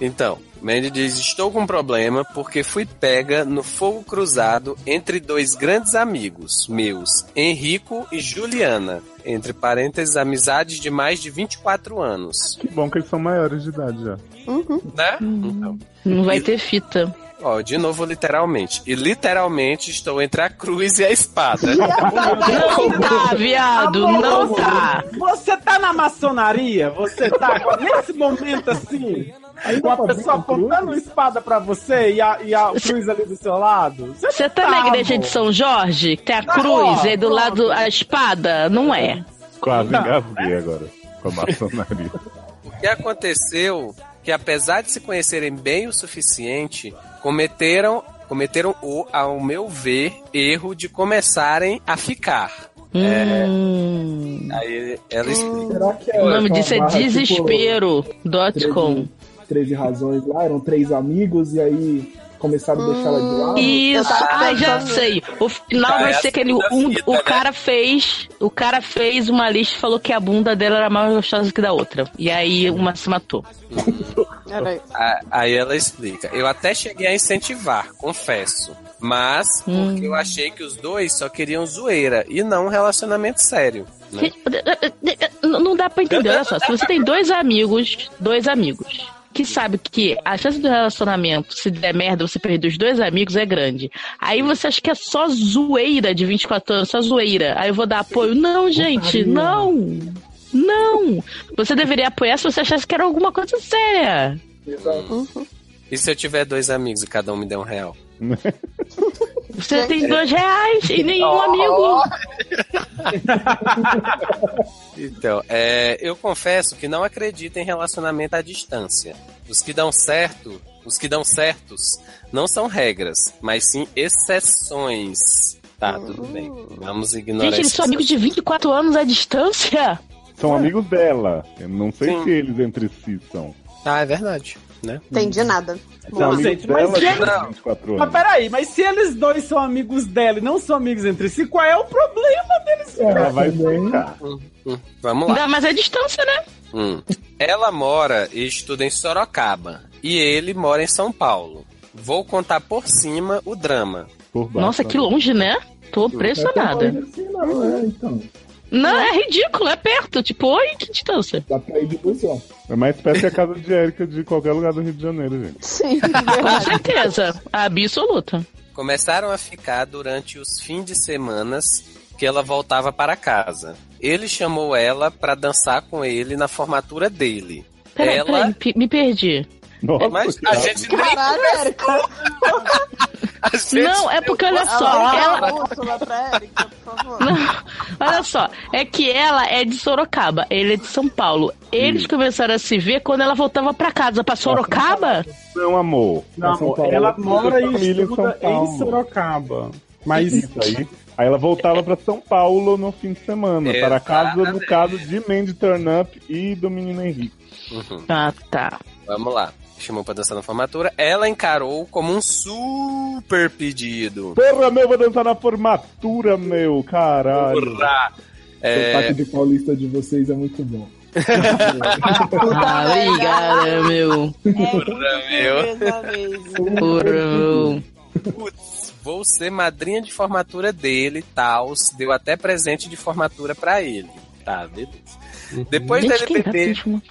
Então, Mandy diz: Estou com um problema porque fui pega no fogo cruzado entre dois grandes amigos meus, Henrico e Juliana. Entre parênteses, amizades de mais de 24 anos.
Que bom que eles são maiores de idade já.
Né? Então,
Não vai
E-
ter fita.
ó, de novo, literalmente. E literalmente estou entre a cruz e a espada.
Não tá, viado, não
Amor,
tá.
Você tá na maçonaria? Você tá agora, nesse momento assim? Com a
pra
pessoa
ver com cruz?
apontando uma espada pra você e a, e a cruz ali do seu lado? Você
Você tá na igreja de São Jorge? que Tem a cruz, aí do lado a espada? Não é.
Quase
Não.
engasguei agora com a maçonaria.
O que aconteceu que, apesar de se conhecerem bem o suficiente, cometeram, cometeram o, ao meu ver, erro de começarem a ficar.
Hum,
Aí ela explica.
Será que é
o nome
aquela
disso é
barra, tipo,
desespero.com.
13 razões lá, eram três amigos, e aí começaram a deixar ela de lado.
Isso,
tava
ai, já
pensando-
sei. O final
Cara,
vai
é
ser
a
que ele,
segunda
um-
fita,
o
né?
cara fez, o cara fez uma lista e falou que a bunda dela era mais gostosa que da outra. E aí uma se matou.
Era isso.
A- Aí ela explica. Eu até cheguei a incentivar, confesso. Mas porque
Hum.
eu achei que os dois só queriam zoeira e não um relacionamento sério. né?
Gente, Não não dá pra entender, olha só. Se você tem dois amigos, dois amigos, que sabe que a chance do relacionamento, se der merda, você perder os dois amigos é grande. Aí você acha que é só zoeira de 24 anos, só zoeira. Aí eu vou dar apoio. Não, gente, não! Não! Você deveria apoiar se você achasse que era alguma coisa séria.
E se eu tiver dois amigos e cada um me der um real?
Você tem dois reais e nenhum amigo.
Então, é, eu confesso que não acredito em relacionamento à distância. Os que dão certo, os que dão certos, não são regras, mas sim exceções. Tá, tudo bem. Vamos ignorar
Uhum. Gente, eles são
exceções.
amigos de 24 anos à distância?
É.
São amigos dela. Eu não sei
Sim.
se eles entre si são.
Ah, é verdade, né?
Entendi nada.
São amigos
gente, mas
dela de
gente-
24
Mas
anos.
peraí, mas se eles dois são amigos dela e não são amigos entre si, qual é o problema deles?
Ela vai
também.
explicar.
Hum, Vamos lá.
Ainda mais à distância, né?
Hum. Ela mora e estuda em Sorocaba. E ele mora em São Paulo. Vou contar por cima o drama.
Por baixo,
Nossa, que
né?
longe, né? Tô impressionada.
Não é tão longe assim, não, é, então.
Não, é ridículo, é perto. Tipo, oi, que distância.
Dá pra ir de assim, busão.
É mais perto que a casa de Érica de qualquer lugar do Rio de Janeiro, gente.
Sim, é
Com
verdade.
certeza, absoluta.
Começaram a ficar durante os fins de semanas que ela voltava para casa. Ele chamou ela para dançar com ele na formatura dele.
Peraí,
Ela- é
peraí, pe- me perdi.
Nossa,
Mas
que
a
raiva.
gente nem.
Caralho, Érica.
né? A gente...
Não, é porque olha só,
Fala
ela,
a Úrsula pra Érica, por favor.
olha só, é que ela é de Sorocaba, ele é de São Paulo.
Hum.
Eles começaram a se ver quando ela voltava pra casa, pra Sorocaba?
Não, é um amor.
Não,
Em São
amor,
Paulo.
ela mora e
Família em São
estuda
Paulo.
em Sorocaba. Mas
Isso aí. Aí ela voltava pra São Paulo no fim de semana, para a casa do
Exatamente.
caso de Mandy Turn Up e do menino Henrique.
Uhum,
Ah, tá.
Vamos lá. Chamou pra dançar na formatura. Ela encarou como um super pedido.
Porra, meu, vou dançar na formatura, meu, caralho.
Hurra!
O
É,
sotaque de paulista de vocês é muito bom.
Ah, obrigada, meu.
É,
hurra, meu.
Beleza mesmo.
Porra, meu.
Putz, vou ser madrinha de formatura dele, tals. Deu até presente de formatura pra ele. Tá, beleza. Depois
Gente,
dele
quem tá
beber,
pedindo?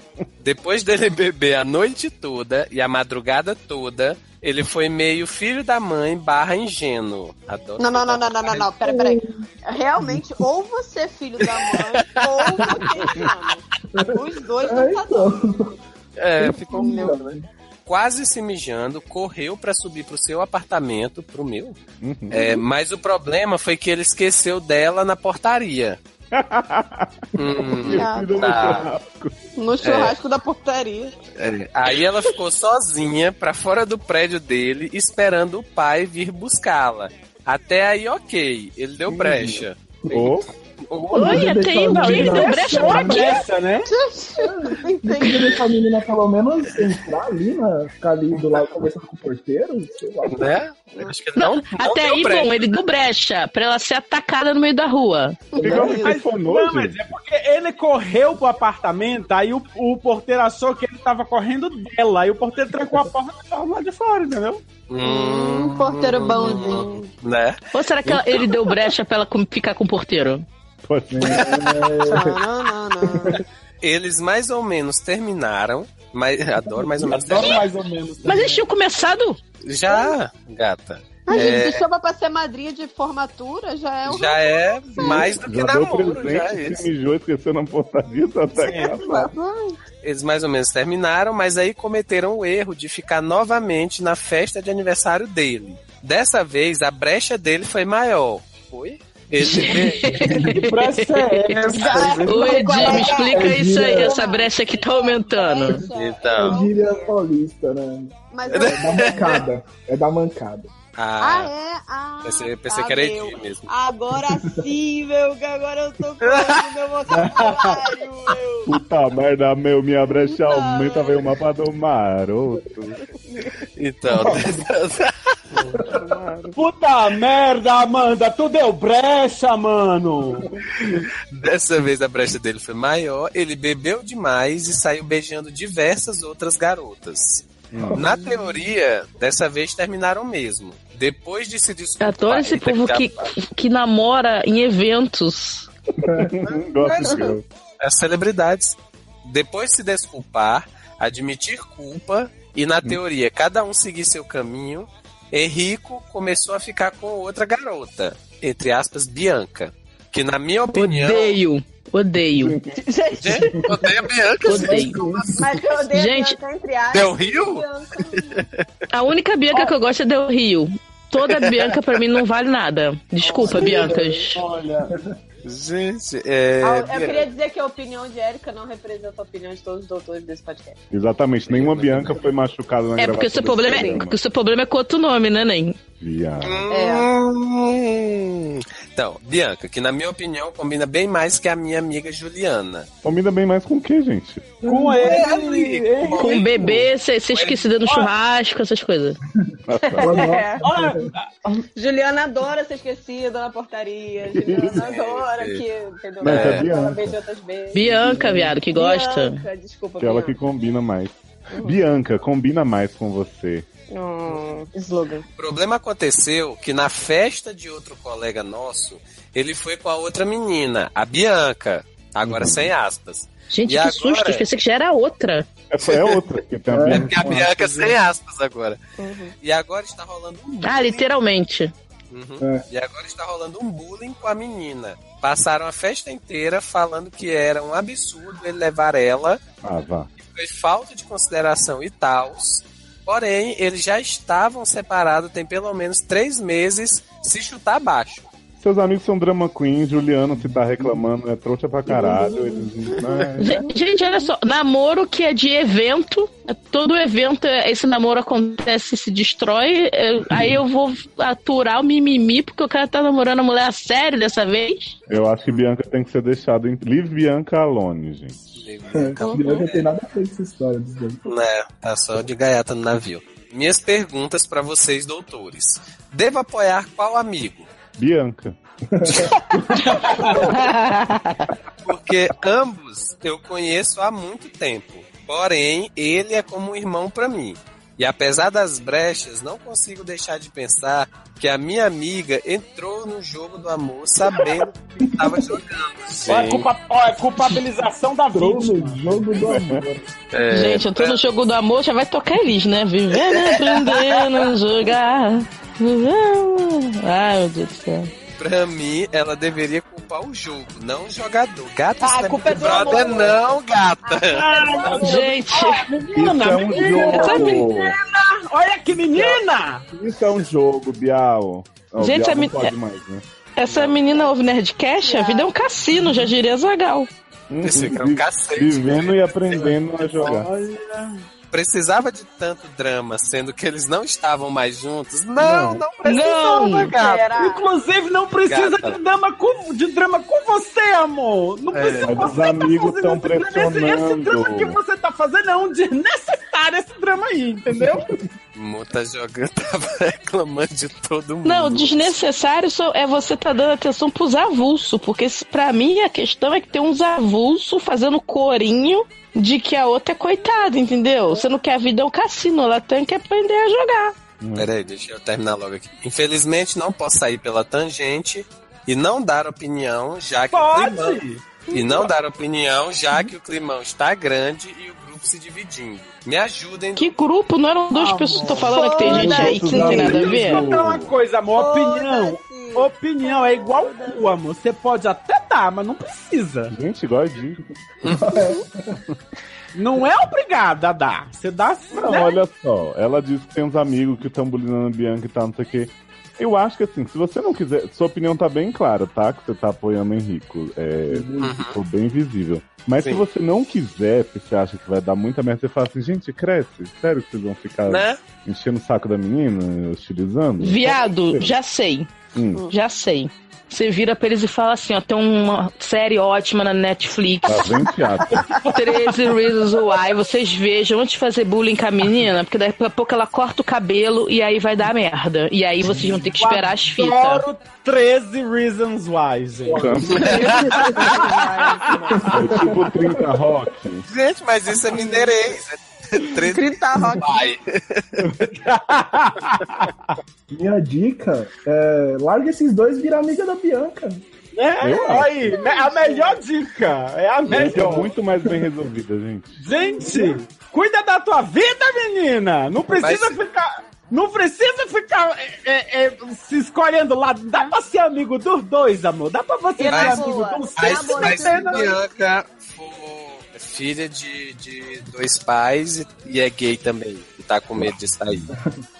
depois dele beber a noite toda e a madrugada toda, ele foi meio filho da mãe barra ingênuo. Adoro.
Não, não, não, não, não, não, não. Pera, peraí. Realmente, ou você é filho da mãe, ou você é mano. Os dois
É,
não tá dando.
então.
É, ficou meu, né? Quase se mijando, correu pra subir pro seu apartamento, pro meu.
Uhum.
É, mas o problema foi que ele esqueceu dela na portaria. Hum.
Esquecido no
tá.
churrasco.
No churrasco da portaria.
É, Aí ela ficou sozinha pra fora do prédio dele, esperando o pai vir buscá-la. Até aí, ok, ele deu brecha.
Ô,
Olha, tem um
Não,
que
ele
deu
não
brecha
achou
pra
a
quê?
Essa, é né?
Tem é que deixar a menina pelo menos entrar ali, né? Ficar ali do lado conversando com o porteiro, sei lá.
Né? Eu Acho que
Não,
não, não
Até
deu
aí,
brecha.
bom, ele deu brecha pra ela ser atacada no meio da rua.
Ficou me telefonou,
Não, mas
gente.
é porque ele correu pro apartamento, aí o, o porteiro achou que ele tava correndo dela, aí o porteiro trancou a porta e tava lá de fora, entendeu?
Hum,
Um porteiro bonzinho.
né?
Ou será que ela- ele deu brecha pra ela com- ficar com o porteiro?
Pode ser.
Não, não, não, não.
Eles mais ou menos terminaram. Mas, adoro mais ou menos.
Adoro mais ou menos. também.
Mas eles tinham começado.
Já, gata.
A gente
É.
se chama pra ser madrinha de formatura, já é um.
Já é mais do que
Já deu
namoro. Já é
presente,
isso.
se mijou, esqueceu na portaria, tá atacado.
Eles mais ou menos terminaram, mas aí cometeram o erro de ficar novamente na festa de aniversário dele. Dessa vez, a brecha dele foi maior. Foi? Ele,
Que brecha é essa?
Ô, Edir, me explica
Edir,
isso aí,
é.
essa brecha que tá aumentando.
então.
Gíria paulista, né?
É, Mas
É da mancada. É da mancada.
Ah,
Ah,
é? Ah,
pensei, pensei
tá,
que era
meu.
Edir mesmo.
Agora sim, meu, que agora eu tô com o meu vocabulário, meu.
Puta merda, meu, minha brecha
Puta
aumenta, veio o mapa do maroto.
Então,
Puta merda, Amanda, tu deu brecha, mano!
Dessa vez a brecha dele foi maior, ele bebeu demais e saiu beijando diversas outras garotas. Na teoria, dessa vez terminaram mesmo. Depois de se
Eu
desculpar.
adoro esse
e
povo
terminar-
que, que namora em eventos.
Gosto de
As celebridades. Depois de se desculpar, admitir culpa e,
Hum.
na teoria, cada um seguir seu caminho, Henrico começou a ficar com outra garota, entre aspas, Bianca. Que, na minha opinião.
Odeio, odeio.
Gente,
Gente, odeio a Bianca. gente.
Odeio.
mas eu odeio
Gente,
Bianca, entre aspas.
Del Rio?
Bianca.
A única Bianca que eu gosto é Del Rio. Toda Bianca pra mim não vale nada. Desculpa, Biancas.
Olha,
Gente, é.
Ah,
Bianca.
Eu queria dizer que a opinião de Érica não representa a opinião de todos os doutores desse podcast.
Exatamente, nenhuma Bianca foi machucada na
É
gravação
porque o seu
desse
problema é,
programa.
o seu problema é com outro nome, né, Nen?
Viado.
Hum. Então, Bianca, que na minha opinião combina bem mais que a minha amiga Juliana.
Combina bem mais com o que, gente?
Com ele,
Henrico.
Henrico.
Com bebê, ser ser esquecida no churrasco, essas coisas.
É.
Olha,
Juliana adora ser esquecida na portaria. Juliana
É,
adora que. Entendeu?
Mas é
Ela
Bianca.
beija outras vezes.
Bianca, viado, que gosta.
Bianca, desculpa,
Aquela que
Bianca.
combina mais. Bianca, combina mais com você.
Hum, slogan.
O problema aconteceu que na festa de outro colega nosso, ele foi com a outra menina, a Bianca. Agora sem aspas.
Gente,
E
que
agora?
susto, eu pensei que já era outra.
Essa é outra. Que tem a
É
Bianca
porque a
com
Bianca é sem aspas agora.
Uhum.
E agora está rolando um
Ah, literalmente.
Uhum. E agora está rolando um bullying com a menina. Passaram a festa inteira falando que era um absurdo ele levar ela
Ah, vá.
foi falta de consideração e tals. Porém, eles já estavam separados tem pelo menos três meses se chutar abaixo.
Seus amigos são drama queen, Juliano se tá reclamando, é trouxa pra caralho. Eles... Ah,
Gente, Gente, olha só, namoro que é de evento, é todo evento, é- esse namoro acontece, se destrói, é, aí eu vou aturar o mimimi porque o cara tá namorando a mulher a sério dessa vez.
Eu acho que Bianca tem que ser deixada em. Leave Bianca alone, gente.
Bianca tem nada a ver com essa história dos dois.
Né, tá só de gaiata no navio. Minhas perguntas pra vocês, doutores. Devo apoiar qual amigo?
Bianca.
Porque ambos eu conheço há muito tempo. Porém, ele é como um irmão pra mim. E apesar das brechas, não consigo deixar de pensar que a minha amiga entrou no jogo do amor sabendo que estava jogando.
ó, é, culpa, ó, é culpabilização da
Trouxe
vítima.
o jogo do amor.
É,
Gente, eu tô no jogo do amor, já vai tocar eles, né? Viver, aprendendo, jogar. viver- Ai, meu Deus do céu.
Pra mim, ela deveria culpar o jogo, não o jogador. Gata,
Ah,
isso não
a culpa é do
brother,
amor.
não, gata.
Gente,
Isso é um jogo.
Olha que menina!
Isso é um jogo, Bial. Não,
Gente,
Bial
a
não
mi-
pode mais, né?
essa menina ouve Nerdcast, a vida é um cassino, já diria Zagal.
Esse aqui é um
Vi-
cacete.
Vivendo e aprendendo a jogar.
Olha.
precisava de tanto drama, sendo que eles não estavam mais juntos? Não, não, precisava,
Não.
gata.
Será?
Inclusive, não precisa
Gata.
de drama com, de drama com você, amor. Não
É,
precisa
mas os
você tá
amigos
fazendo
tão
esse drama. Esse, esse drama
pressionando.
que você tá fazendo é um desnecessário esse drama aí, entendeu?
Muta tá jogando, tava reclamando de todo mundo.
Não, desnecessário só é você tá dando atenção pros avulso, porque se- pra mim a questão é que tem uns avulso fazendo corinho de que a outra é coitada, entendeu? Você não quer a vida é um cassino, ela tem que aprender a jogar.
Peraí, deixa eu terminar logo aqui. Infelizmente, não posso sair pela tangente e não dar opinião, já que o climão,
Pode!
e não dar opinião, já que o climão está grande e o grupo se dividindo. Me ajudem.
Que grupo? Não eram duas pessoas que tô falando que tem gente aí que não tem nada a ver?
Vou falar uma coisa, amor. Opinião. Opinião é igual cu, amor. Você pode até dar, mas não precisa.
Gente, igual a Di.
Não é obrigado a dar. Você dá sim,
Não,
né?
olha só. Ela disse que tem uns amigos que estão bulinando a Bianca e tal, não sei o quê. Eu acho que assim, se você não quiser. Sua opinião tá bem clara, tá? Que você tá apoiando o Henrico. É, ficou bem visível. Mas
Uhum. Sim.
se você não quiser, porque você acha que vai dar muita merda, você fala assim, gente, cresce. Sério que vocês vão ficar
Né?
enchendo o saco da menina, hostilizando?
Viado, já sei,
Hum.
já sei. Você vira pra eles e fala assim, ó, tem uma série ótima na Netflix,
Tá bem teatro.
13 Reasons Why, vocês vejam antes de fazer bullying com a menina, porque daqui a pouco ela corta o cabelo e aí vai dar merda. E aí vocês vão ter que esperar as fitas.
Adoro 13 Reasons Why, gente.
É tipo 30 rock.
Gente, mas isso é mineirês. É Trinta rock.
Minha dica é larga esses dois e vira amiga da Bianca.
É,
Eu acho.
aí, me- a melhor dica. É a
Essa
melhor.
é muito mais bem resolvida, gente.
Gente, cuida da tua vida, menina! Não precisa
Mas-
ficar. Não precisa ficar é, é, é, se escolhendo lado. Dá pra ser amigo dos dois, amor. Dá pra você
Mas-
é
ser amigo de um
Mas,
sexo
mas se
metendo-
Bianca for filha de, de dois pais e, e é gay também, e tá com medo de sair.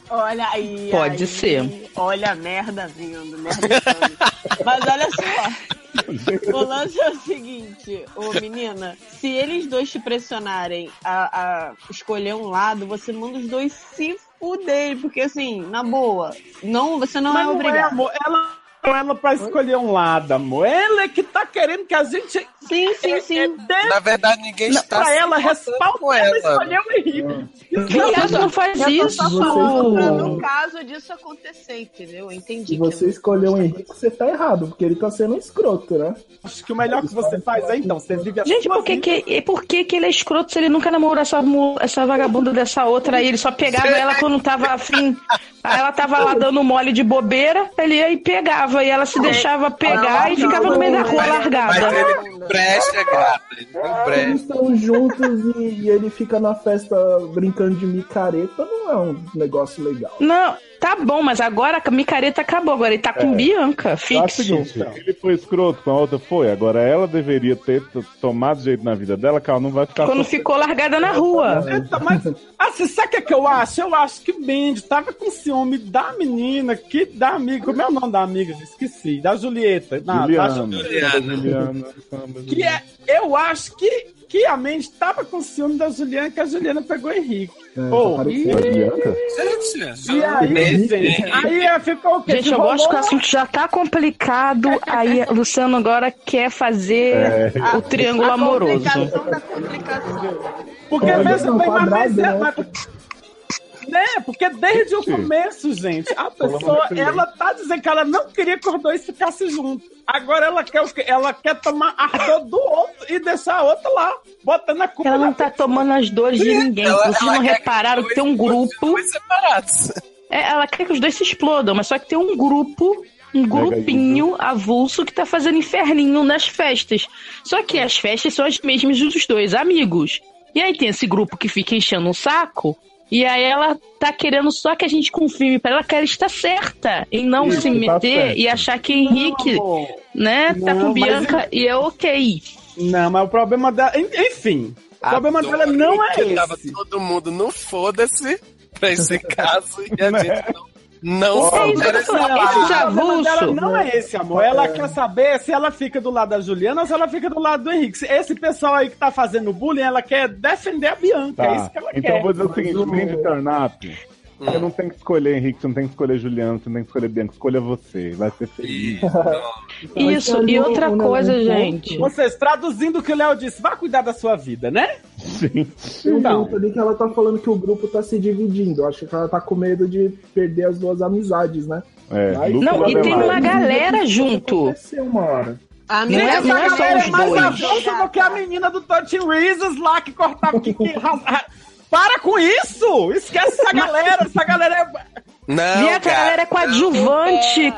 Olha aí.
Pode
aí.
ser.
Olha a merda vindo, merda vindo. Mas olha só. O lance é o seguinte, ô menina, se eles dois te pressionarem a, a escolher um lado, você manda os dois se fuderem, porque assim, na boa, não, você não
Mas
é
não é,
obrigado.
amor. Ela não é ela pra escolher um lado, amor. Ela é que tá querendo que a gente.
sim, sim,
É,
sim.
dê
Na verdade, ninguém está
pra ela
com
respalda
ela.
ela escolher o Henrique.
Viado, é não faz
é Eu tô só falando
isso.
no caso disso acontecer, entendeu? Eu entendi.
Se você escolheu o Henrique, você tá errado, porque ele tá sendo um escroto, né?
Acho que o melhor que você faz é então, você vive a
Gente,
sua
por que,
vida.
que, e por que, que ele é escroto se ele nunca namorou essa, mu- essa vagabunda dessa outra aí? Ele só pegava ela quando tava afim. Aí ela tava lá dando mole de bobeira, ele ia e pegava. E ela se deixava pegar e ficava no meio da rua
Mas
largada.
ele não presta, gata. Ele não
Eles
presta.
estão juntos e, e ele fica na festa brincando de micareta, não é um negócio legal.
Não, tá bom, mas agora a micareta acabou. Agora ele tá
É.
com Bianca,
Faz o
fixo.
seguinte, ele foi escroto com a outra, foi. Agora ela deveria ter t- tomado jeito na vida dela, que ela não vai ficar.
Quando
sofrendo.
ficou largada na rua.
Eita, mas. Assim, sabe o que, é que eu acho? Eu acho que Bendy tava com ciúme da menina, que da amiga. Como é o nome da amiga? Esqueci. Da Julieta. Não, da
Juliana.
Julieta.
Juliana.
Juliana, samba,
Que é, eu acho que, que a Mandy tava com ciúme da Juliana, que a Juliana pegou o Henrique.
É,
Oh,
tá parecendo a Bianca?
Gente,
E aí, gente, aí ficou o quê?
Gente, eu
Rolou
gosto que o assunto já tá complicado. Aí Luciano agora quer fazer o triângulo amoroso.
Complicação da complicação.
Porque
Olha,
mesmo
não,
bem, mas, mas,
quadrado,
é-
né?
mas- né? Porque desde o começo, gente, a pessoa, ela tá dizendo que ela não queria que os dois ficassem juntos. Agora ela quer o quê? Ela quer tomar a dor do outro e deixar a outra lá, botando a culpa
Ela não
na-
tá tomando as dores de ninguém. Vocês não repararam que tem um grupo.
Dois separados.
É, ela quer que os dois se explodam, mas só que tem um grupo, um grupinho avulso que tá fazendo inferninho nas festas. Só que as festas são as mesmas dos dois amigos. E aí tem esse grupo que fica enchendo o saco. E aí ela tá querendo só que a gente confirme pra ela que ela está certa em não
Isso,
se
tá
meter
certa.
e achar que Henrique, né, tá
Não,
com
mas
Bianca e é ok.
Não, mas o problema dela. en- Enfim, o problema
Adoro
dela não é
que Tava
esse. Né?
todo mundo no foda-se pra esse caso e a gente não Não
Ô,
são
Deus,
mulheres
ela-
esses
o problema
avulsos.
dela não é esse, amor. Ela quer saber se ela fica do lado da Juliana ou se ela fica do lado do Henrique. Esse pessoal aí que tá fazendo bullying, ela quer defender a Bianca.
Tá.
É isso que ela
Então eu
quer.
vou dizer o seguinte:
Mas o-
vem de turn-up. Você não tem que escolher Henrique, você não tem que escolher Juliano, você não tem que escolher Bianca, escolha você, vai ser feliz.
Isso.
Isso, e outra coisa, gente.
Vocês, traduzindo o que o Léo disse, vá cuidar da sua vida, né?
Tem um
Então.
ponto ali que ela tá falando que o grupo tá se dividindo. Eu acho que ela tá com medo de perder as duas amizades, né?
É,
Mas-
Lucas
Não, e tem
Adelaide.
uma galera junto.
Aconteceu uma hora.
Não é-
Essa
não é só
galera
os
é mais
dois.
avulsa do que a menina do Tony Reasons lá que cortava. Que, que- para com isso! Esquece essa galera! Essa galera é.
Não,
E essa
cara.
galera é coadjuvante.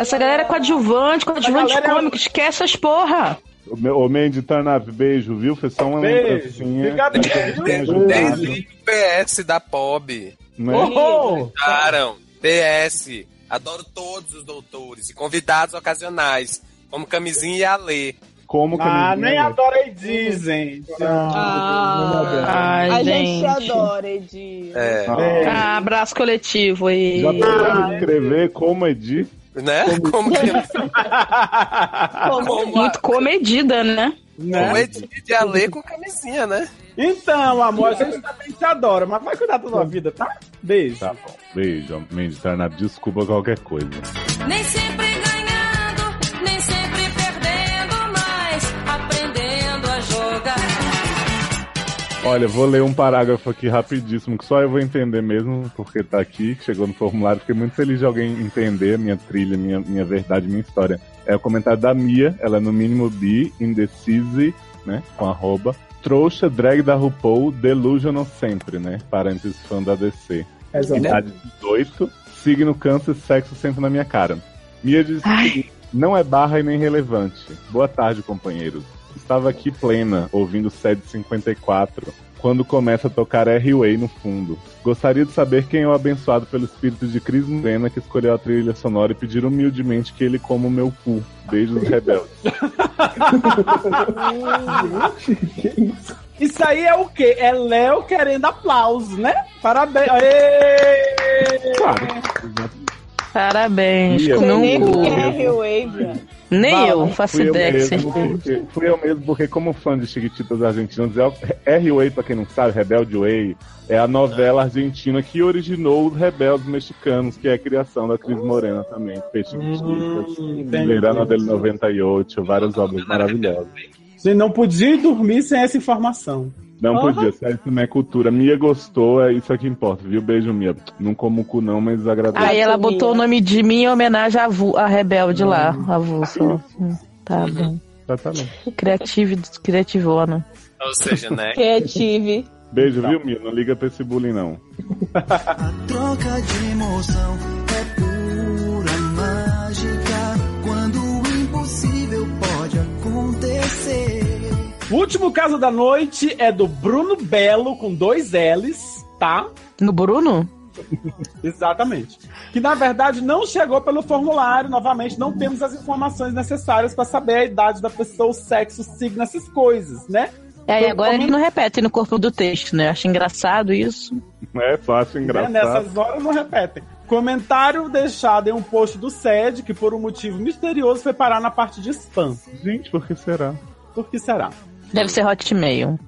Essa galera é coadjuvante, coadjuvante
galera é-
cômico. Esquece as porra.
O meu- Ô, Mandy, turn up, beijo, viu? Foi só uma
Beijo.
lembrancinha.
Fica bem,
Espero que tenha
viu?
ajudado,
Desde o PS da POB.
né?
Oh,
Daram. PS. Adoro todos os doutores e convidados ocasionais, como Camisinha e Alê.
Como que
ah,
a menina-
nem adorei dizem.
Ah,
Ai,
a
gente.
gente, te adora, Edi.
É,
Ah,
Ah, abraço coletivo aí.
Já parou de escrever como é Edi?
né? Como, que-
tá.
como, a-
Muito comedida, né?
Né?
como Edith de Alê com Camisinha, né?
Então, amor, a gente também te adora, mas vai cuidar da tua vida, tá? Beijo.
Tá bom. Beijo, Mandy, turn up, desculpa qualquer coisa.
Nem sempre ganhando, nem sempre perdendo, mas aprendendo a jogar.
Olha, vou ler um parágrafo aqui rapidíssimo, que só eu vou entender mesmo, porque tá aqui, que chegou no formulário. Fiquei muito feliz de alguém entender a minha trilha, minha, minha verdade, minha história. É o comentário da Mia, ela é no mínimo bi, indecise, né, com arroba. Trouxa, drag da RuPaul, delusional sempre, né, parênteses fã da DC.
Exatamente.
Idade 18, signo câncer, sexo sempre na minha cara. Mia diz o seguinte, não é barra e nem relevante. Boa tarde, companheiros. Estava aqui plena, ouvindo Sede 54, quando começa a tocar R-Way no fundo. Gostaria de saber quem é o abençoado pelo espírito de Cris Morena que escolheu a trilha sonora e pedir humildemente que ele coma o meu cu. Beijos rebeldes.
Isso aí é o quê? É Léo querendo aplauso, né? Parabéns. Aê!
Claro.
Parabéns.
Ih, eu
com
Não
um
sei nem
cu.
o que é Hellwave.
Nem
Bala,
eu faço
Fui eu,
ideia que você
mesmo, porque, fui eu mesmo, porque como fã de Chiquititas Argentinas, é- R-Way, pra quem não sabe, Rebelde Way, é a novela argentina que originou os rebeldes mexicanos, que é a criação da Cris Morena também, que fez Chiquititas. Verano del 98, várias obras maravilhosas.
Você não podia dormir sem essa informação.
Não
Porra.
podia, sério, isso não é cultura. Mia gostou, é isso que importa, viu? Beijo, Mia. Não como o cu não, mas agradeço.
Aí ela botou o nome de mim em homenagem à, Vu- à rebelde lá, a Vulso. Tá bom.
Exatamente.
Criativo, criativona.
Ou seja, né?
Creative.
Beijo, viu, Mia? Não liga pra esse bullying, não.
Troca de emoção é pura mágica. Quando o impossível pode acontecer.
O último caso da noite é do Bruno Belo, com dois L's, tá?
No Bruno?
Exatamente. Que na verdade não chegou pelo formulário, novamente, não temos as informações necessárias para saber a idade da pessoa, o sexo, o signo, essas coisas, né?
É, e
Eu
agora
comi-
eles não repetem no corpo do texto, né? Eu acho engraçado isso.
É fácil,
Né?
engraçado.
Nessas horas não repetem. Comentário deixado em um post do SED que, por um motivo misterioso, foi parar na parte de spam.
Gente, por que será?
Por que será?
Deve ser Hotmail.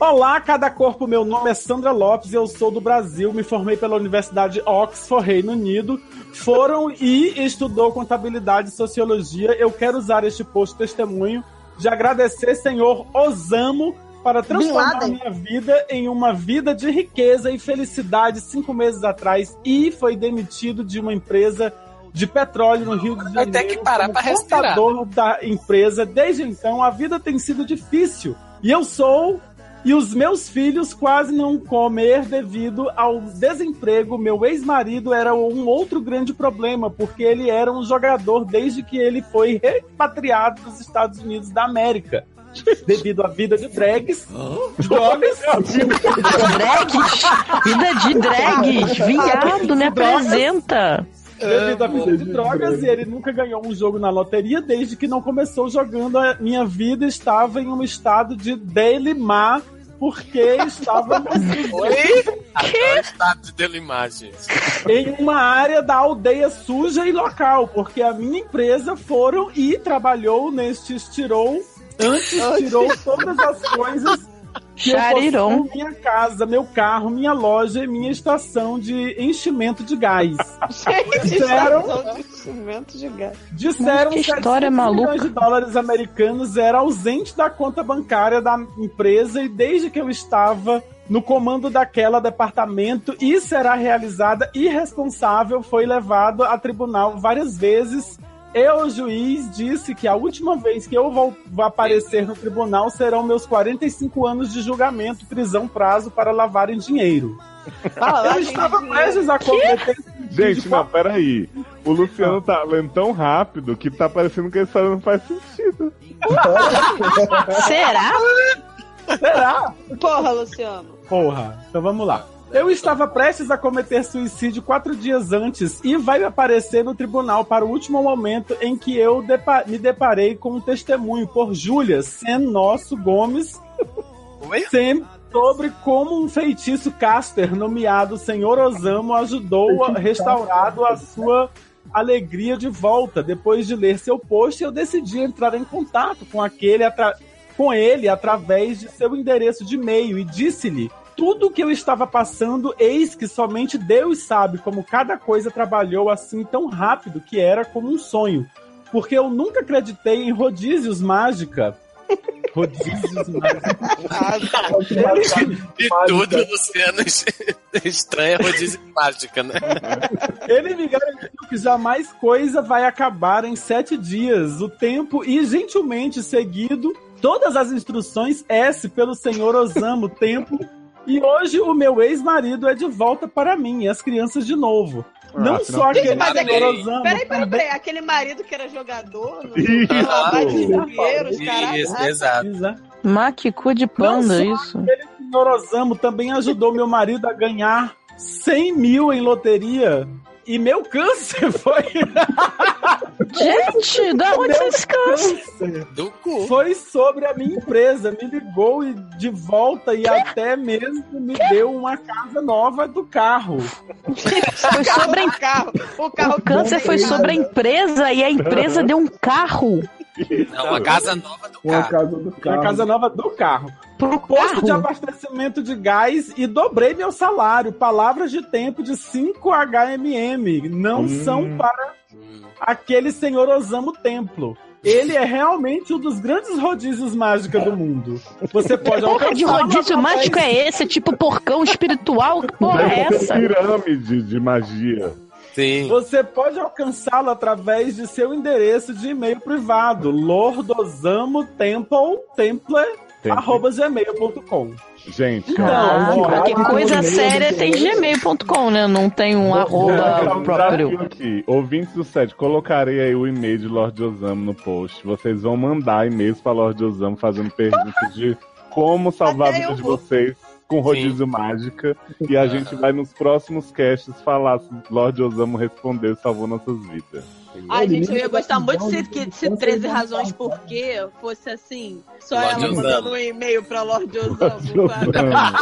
Olá, cada corpo. Meu nome é Sandra Lopes, eu sou do Brasil, me formei pela Universidade Oxford, Reino Unido. Foram e estudou contabilidade e sociologia. Eu quero usar este post testemunho de agradecer, senhor Osamo, para transformar
Bin
minha vida em uma vida de riqueza e felicidade cinco meses atrás e foi demitido de uma empresa de petróleo no Rio de
Vai
Janeiro.
ter que parar
como
pra respirar.
fundador da empresa. Desde então, a vida tem sido difícil. E eu sou e os meus filhos quase não comer devido ao desemprego. Meu ex-marido era um outro grande problema, porque ele era um jogador desde que ele foi repatriado dos Estados Unidos da América. Devido à vida de drags, drogas,
Drags? Vida de drags! Viado, me apresenta!
devido à vida de drogas, e ele nunca ganhou um jogo na loteria desde que não começou jogando. A minha vida estava em um estado de delimar porque estávamos
Oi? Agora está de delimar, gente.
em uma área da aldeia suja e local, porque a minha empresa foram e trabalhou neste estirou, antes tirou todas as coisas que eu
Chariron.
possuo, minha casa, meu carro, minha loja e minha estação de enchimento de gás.
Gente,
Disseram-
estação de instrumento de gás.
Disseram
Que história
700
maluca.
milhões de dólares americanos era ausente da conta bancária da empresa e desde que eu estava no comando daquela departamento e será realizada irresponsável foi levado a tribunal várias vezes. E o juiz disse que a última vez que eu vou, vou aparecer no tribunal serão meus 45 anos de julgamento, prisão, prazo para lavarem dinheiro. eu estava prestes a cometer
Gente, não, peraí. O Luciano tá lendo tão rápido que tá parecendo que a história não faz sentido.
Será?
Porra, Luciano.
Porra, então vamos lá. Eu estava prestes a cometer suicídio quatro dias antes e vai aparecer no tribunal para o último momento em que eu depa- me deparei com um testemunho por Júlia Sen Nosso Gomes
Oi?
Sem sobre como um feitiço caster nomeado Senhor Osamo ajudou a restaurado a sua alegria de volta. Depois de ler seu post, eu decidi entrar em contato com aquele atra- com ele através de seu endereço de e-mail e disse-lhe tudo o que eu estava passando, eis que somente Deus sabe como cada coisa trabalhou assim tão rápido que era como um sonho. Porque eu nunca acreditei em rodízios mágica. Rodízios mágica.
De tudo, Luciano estranha rodízio de mágica, né?
Ele me garantiu que jamais coisa vai acabar em sete dias. O tempo e gentilmente seguido todas as instruções S pelo senhor Osamo Tempo. E hoje o meu ex-marido é de volta para mim e as crianças de novo.
Ah,
não
afinal,
só aquele
mas é
senhor
que-
Osamo.
Peraí, peraí,
também-
peraí. Aquele marido que era jogador, no
Isso.
lavagem de dinheiros,
Isso,
caralho.
exato.
Maquicu de
Não
panda,
só
isso.
Aquele senhor Osamo também ajudou meu marido a ganhar 100 mil em loteria. E meu câncer foi
Gente, da onde vocês descansa?
Do cu.
Foi sobre a minha empresa. Me ligou e de volta e até mesmo me deu uma casa nova do carro.
Foi sobre a em-
O carro, o carro
O câncer foi sobre a empresa e a empresa deu um carro
Não, uma casa nova do
Uma
carro.
casa do
A
carro.
casa nova do carro.
pro
Posto de
carro.
abastecimento de gás e dobrei meu salário. Palavras de tempo de 5 HMM. Não
Hum.
são para aquele senhor Osamo Templo. Ele é realmente um dos grandes rodízios mágicos do mundo. Você pode
Porra de
alcançá-lo
rodízio
através-
mágico é esse? É Tipo porcão espiritual? Que porra é
Deve ter
essa?
pirâmide de magia.
Sim.
Você pode alcançá-lo através de seu endereço de e-mail privado, lordosamotemple.gmail.com.
Gente,
Então,
ah,
ó,
porque
lá
coisa
no meu
séria
Deus.
tem gmail.com, né? Não tem um arroba
um
próprio.
desafio aqui. Ouvintes do set, colocarei aí o e-mail de Lorde Osamo no post. Vocês vão mandar e-mails pra Lorde Osamo fazendo perguntas de como salvar
Até
a vida
eu
de
vou.
vocês com rodízio mágica. E a gente vai nos próximos casts falar se Lorde Osamo respondeu salvou nossas vidas.
Ai, gente, eu ia gostar muito se, que, se 13 Razões Por Quê fosse assim. Só
Lorde
ela
Osamo.
mandando um e-mail pra Lorde
Lorde
Osamo. pra-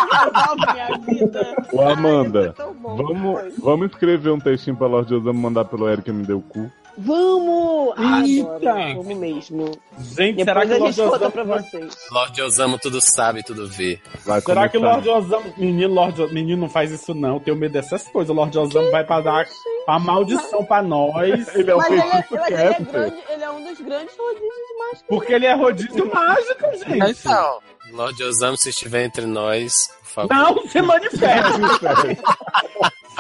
Salve minha vida.
Ô
Ai,
Amanda,
foi tão bom.
vamos, vamos escrever um textinho pra Lorde Osamo mandar pelo Eric me deu cu.
Vamos! Ah,
Eita!
Adoro, vamos mesmo. Depois
Gente, será que
a
o
gente
Lorde
conta
Osamo...
pra vocês.
Lorde Osamo tudo sabe, tudo vê.
Vai
Será que o
começar.
Lorde Osamo... Menino, Lorde... Menino, não faz isso não. Eu tenho medo dessas coisas. O Lorde Osamo vai pra dar a maldição pra nós.
Ele é o
Mas ele é,
feitiço
mas ele é
caster.
grande, ele é um dos grandes rodízios de mágica.
Porque ele é rodízio mágico, gente.
Então, Lorde Osamo, se estiver entre nós, por favor.
Não se manifeste.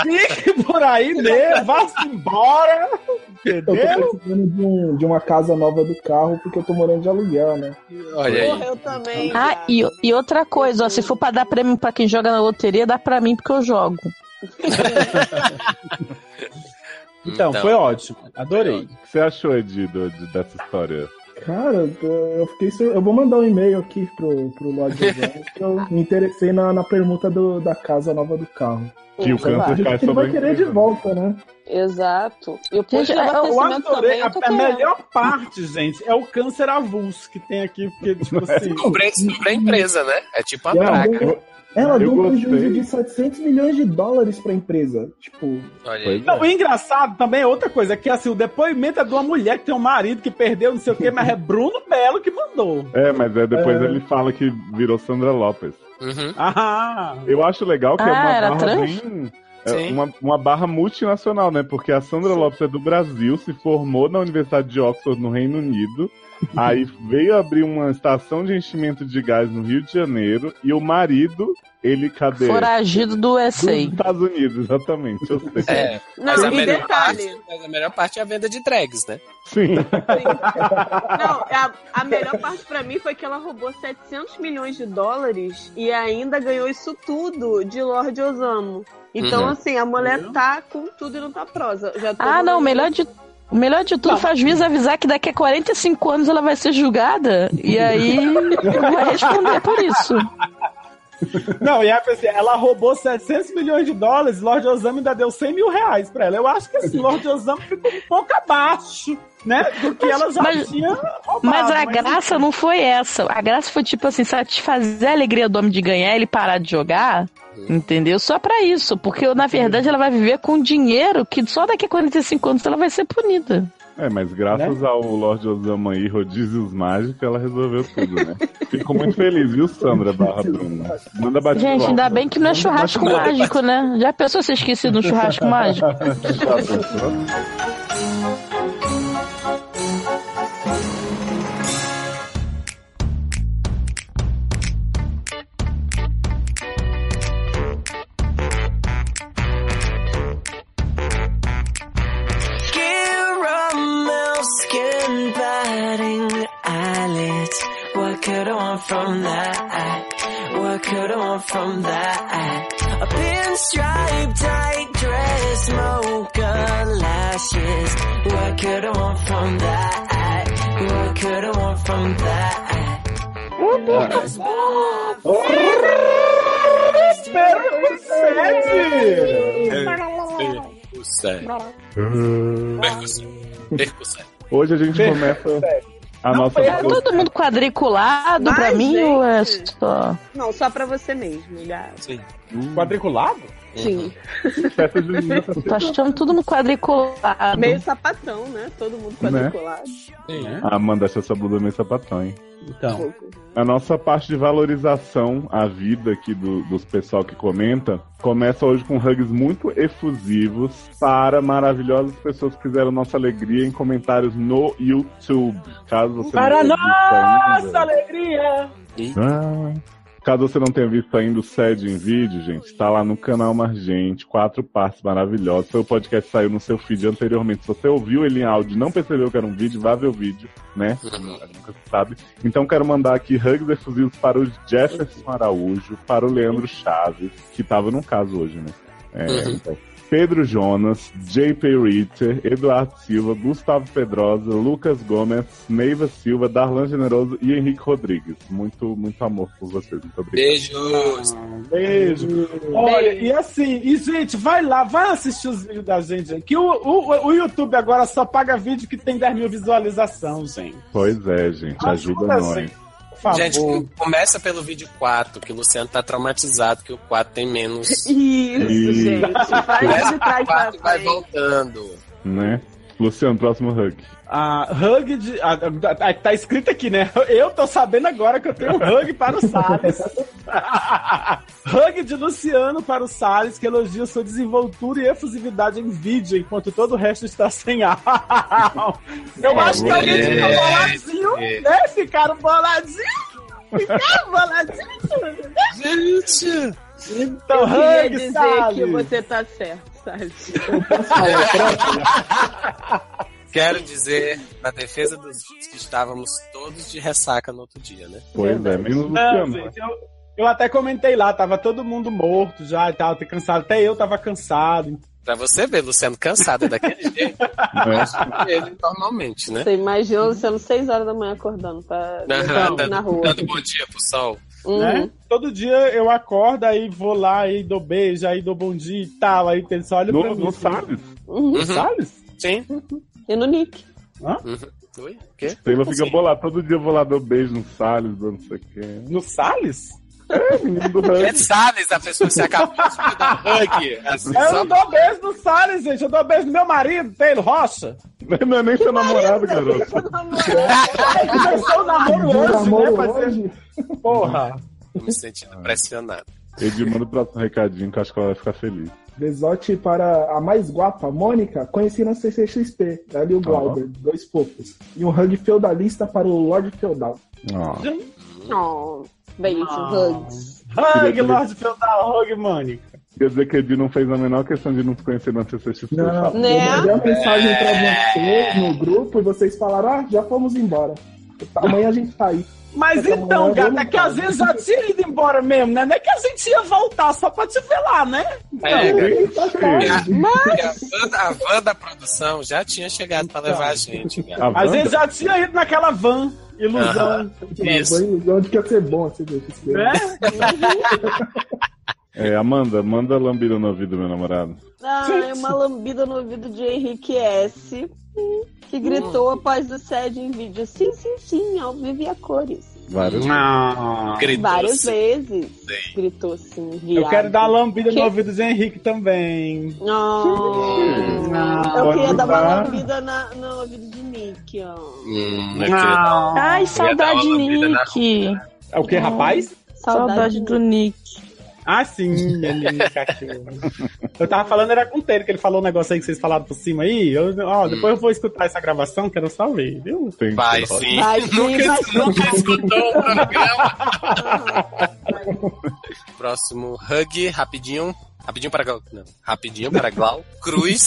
Fique por aí, né? Vá-se embora.
Ah. Eu
Entendeu?
tô precisando de, um- de uma casa nova do carro porque eu tô morando de aluguel, né?
Olha aí.
Porra, eu também.
Ah,
cara.
e, e outra coisa, ó, se for pra dar prêmio pra quem joga na loteria, dá pra mim porque eu jogo.
Então, foi ótimo. Adorei.
O que você achou, Edido, de- dessa história?
Cara, eu fiquei sur... Eu vou mandar um e-mail aqui pro, pro Lodge Evans, que eu me interessei na, na permuta do- da casa nova do carro.
Que o
Sei lá,
câncer cai
ele
sobre
vai
a
querer de
empresa.
volta, né?
Exato. E o posto
Gente, é-
de
Eu
abastecimento
adorei.
também.
A,
eu tô
a
querendo.
melhor parte, gente, é o câncer avulso que tem aqui, porque, tipo assim.
Sobre sobre a empresa, né? É tipo a
E ela
praga.
deu, ela
Eu
deu um
gostei.
prejuízo de 700 milhões de dólares pra empresa. Tipo,
Olha aí.
Pois
Não, o
é.
engraçado também é outra coisa, que assim, o depoimento é de uma mulher que tem um marido que perdeu, não sei o quê, mas é Bruno Belo que mandou.
É, mas é, depois
É.
ele fala que virou Sandra Lopes.
é.
Uhum.
Ah!
Eu acho legal que é
Ah,
uma
era
barra
trans?
bem-
Sim.
é uma, uma barra multinacional, né? Porque a Sandra Lopes é do Brasil, se formou na Universidade de Oxford, no Reino Unido. aí veio abrir uma estação de enchimento de gás no Rio de Janeiro. E o marido, ele cadê?
Foragido do
Dos
USA.
Estados Unidos, exatamente. Eu sei.
É,
Não,
mas a,
e
melhor
detalhe.
parte, mas a melhor parte é a venda de drags, né?
Sim.
Não, é a, a melhor parte pra mim foi que ela roubou 700 milhões de dólares e ainda ganhou isso tudo de Lorde Osamo. Então,
Uhum.
assim, a mulher tá com tudo e não tá prosa. Já tô
Ah, não, o melhor de. O melhor de tudo foi a juíza avisar que daqui a 45 anos ela vai ser julgada e aí vai responder por isso.
Não, e aí, assim, ela roubou 700 milhões de dólares, Lorde Osama ainda deu 100 mil reais pra ela. Eu acho que assim, Lorde Osama ficou um pouco abaixo, né, do que ela já
mas-
tinha roubado.
Mas
Ah,
a graça não foi essa. A graça foi, tipo assim, satisfazer a alegria do homem de ganhar ele parar de jogar. Entendeu? Só pra isso. Porque, na verdade, ela vai viver com dinheiro que só daqui a 45 anos ela vai ser punida.
É, mas graças
Né?
ao Lorde Osama e Rodízios Mágicos, ela resolveu tudo, né? Fico muito feliz, viu, Sandra barra Bruna? Manda bate
Gente, ainda bem que não é churrasco mágico, né? Já pensou ser esquecido no um churrasco mágico?
Tá
Caramel skin biting eyelids. What could I want from that? What could I want from that? A pinstripe tight dress, mocha lashes. What could I want from that? What could I want from that?
Percussão. Percussão. Percussão.
Hoje a gente começa a nossa.
É todo mundo quadriculado
Mas,
pra mim
gente.
ou é só.
Não, só pra você mesmo, já.
Quadriculado?
Sim.
festa junina.
Tô achando todo mundo quadriculado.
Tá Meio sapatão, né? Todo mundo quadriculado.
Ah, manda essa sua blusa meio sapatão, hein?
Então.
A nossa parte de valorização à vida aqui do- dos pessoal que comenta começa hoje com hugs muito efusivos para maravilhosas pessoas que fizeram nossa alegria em comentários no YouTube. Caso você
Para
não tenha visto ainda-
nossa alegria!
Ah. Caso você não tenha visto ainda o SED em vídeo, gente, tá lá no canal Margente, quatro partes maravilhosas. Foi o podcast que saiu no seu feed anteriormente. Se você ouviu ele em áudio e não percebeu que era um vídeo, vá ver o vídeo, né? Nunca se sabe. Então quero mandar aqui hugs efusivos para o Jefferson Araújo, para o Leandro Chaves, que tava num caso hoje, né? É,
Uhum.
então, Pedro Jonas, JP Ritter, Eduardo Silva, Gustavo Pedrosa, Lucas Gomes, Neiva Silva, Darlan Generoso e Henrique Rodrigues. Muito, muito amor por vocês. Muito obrigado.
Beijos.
Beijo.
Olha, e assim, e gente, vai lá, vai assistir os vídeos da gente, gente. Que o, o, o YouTube agora só paga vídeo que tem 10 mil visualizações, gente.
Pois é, gente. Ajuda
assim,
nós.
Por favor.
Gente, começa pelo vídeo 4, que o Luciano tá traumatizado, que o 4 tem menos.
Isso,
Ih.
gente. Vai
Começa
de trás
pelo
pra
4 e vai
frente.
voltando.
Né? Luciano, próximo hug.
Ah, hug de. ah, ah, tá escrito aqui, né? Eu tô sabendo agora que eu tenho um hug para o Salles. hug de Luciano para o Salles, que elogia sua desenvoltura e efusividade em vídeo, enquanto todo o resto está sem áudio. Eu acho que alguém ficou boladinho, né? Ficaram boladinhos. Ficaram boladinhos.
Gente!
Então,
Eu queria
hug,
dizer que
Salles.
você tá certo, sabe?
Ah, é né?
Quero dizer, na defesa dos que estávamos todos de ressaca no outro dia, né?
Pois é, menos
Não,
Luciano.
gente, eu, eu até comentei lá, tava todo mundo morto já e tal, até cansado. Até eu tava cansado.
Pra você ver, Luciano cansado daquele jeito. Mas ele normalmente, né?
Você imagina sendo 6 horas da manhã acordando pra
Dando-
na rua.
Dando bom dia pro sol.
Uhum.
né? Todo dia eu acordo, aí vou lá, aí dou beijo, aí dou bom dia e tal. Aí tem só olha pra
No,
mim.
no
assim,
Salles,
Uhum.
Uhum.
Salles?
Sim.
E no Nick.
Oi? O quê?
Taylor fica
Sim.
bolado. Todo dia eu vou lá dar um beijo no Salles, dando não sei o quê.
No Salles?
É, menino do
É
Hans.
Salles, a pessoa que se acabou de dar hug. Assim,
Eu
só
não dou beijo no Salles, gente. Eu dou beijo no meu marido, Taylor Rocha.
Não é nem seu namorado, garoto.
Aí começou o namoro hoje, né?
Namoro
Parceiro?
hoje?
Porra.
tô me sentindo pressionado.
Ele manda o próximo recadinho que eu acho que ela vai ficar feliz.
Besote para a mais guapa, Mônica, conheci na CCXP. Ali o
Tá
Glauber, dois poucos. E um hug feudalista para o Lorde Feudal.
Ó,
Oh,
Beijos,
Ah.
hugs.
Hug, Lorde Feudal, Hug, Mônica.
Quer dizer que Edi não fez a menor questão de não se conhecer na CCXP.
Não,
Né?
eu mandei uma mensagem pra vocês no grupo e vocês falaram, ah, já fomos embora. Amanhã a gente tá aí.
Mas
Essa
então,
mulher é
gata, é que às vezes já tinha ido embora mesmo, né? Não é que a gente ia voltar só pra te ver lá, né?
É,
Eita, cara.
a Wanda, a van da produção já tinha chegado pra levar a gente, cara.
A
A gente
Wanda?
já tinha ido naquela van, ilusão,
Isso.
Onde quer ser bom, você vê, você vê.
né?
É, Amanda, manda lambida no ouvido, meu namorado.
Ai, uma lambida no ouvido de Henrique S. Que gritou após o sede em vídeo. Sim, sim, sim, ao vivo e a cores.
Várias.
Não.
Gritou
Várias
assim.
vezes.
Sim.
Gritou sim, viado.
Eu quero dar uma lambida
Que-
no ouvido de Henrique também.
Não.
Não.
Eu queria
Pode
dar uma
dar.
lambida na, no ouvido de Nick, ó.
Hum, eu queria-
Não.
Ai,
saudade
saudade
de
Nick.
né?
É o que, rapaz?
Saudade do Nick.
Ah, sim, menino cachorro. Eu tava falando, era com o Taylor, que ele falou um negócio aí que vocês falaram por cima aí. Eu, ó, depois eu vou escutar essa gravação, quero só ver, viu?
Tem
Vai sim.
Vai sim,
nunca,
vai sim.
nunca escutou o programa. Próximo hug, rapidinho. Rapidinho para Glau. Não, rapidinho para Glau. Cruz,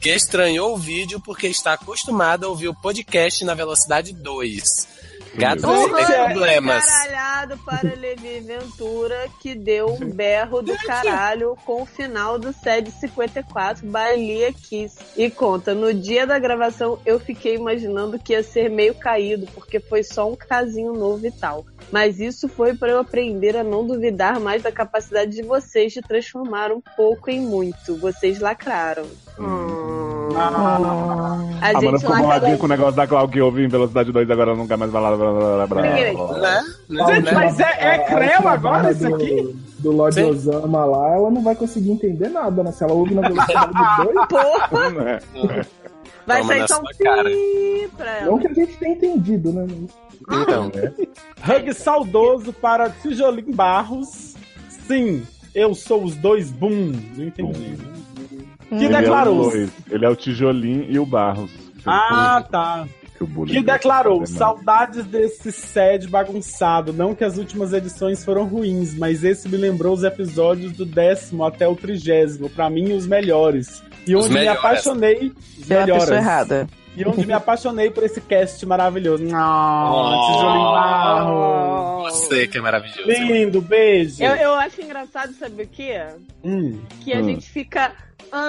que estranhou o vídeo porque está acostumada a ouvir o podcast na velocidade 2. Gata,
Um
você tem
rango
problemas.
encaralhado para Levi Ventura, que deu um berro do caralho com o final do SED 54, Bailia Kiss. E conta, no dia da gravação eu fiquei imaginando que ia ser meio caído, porque foi só um casinho novo e tal. Mas isso foi para eu aprender a não duvidar mais da capacidade de vocês de transformar um pouco em muito. Vocês lacraram.
Ah,
A
A Amanda
gente
tá
ficou
lacra
boladinha com o negócio da Clau que ouve em velocidade 2 agora nunca mais vai lá. Blá, blá, blá, blá, blá.
Né?
Gente,
Né?
mas é, é creu agora isso aqui?
Do, do Lorde
Sim.
Osama lá, ela não vai conseguir entender nada, né? Se ela ouve na velocidade do 2,
Porra,
Né?
Toma
vai
na
sair tão
sua cara.
pra ela.
não que a gente tenha entendido, né?
Então,
é
Hug saudoso para Tijolinho Barros. Sim, eu sou os dois boom. Não entendi. Que
Ele, é
declarou.
os dois. Ele é o tijolinho e o Barros.
Ah, tá.
que, o bullying
Que declarou:
Demais.
saudades desse sede bagunçado. Não que as últimas edições foram ruins, mas esse me lembrou os episódios do décimo até o trigésimo. Pra mim, os melhores. E
Os
onde me
melhores.
apaixonei. os
Você é a pessoa
melhores.
errada.
E onde me apaixonei por esse cast maravilhoso. Não, Tijolinho Barros.
você que é maravilhoso.
Lindo, beijo.
Eu, eu acho engraçado, sabe o quê?
Hum.
Que a
Hum.
gente fica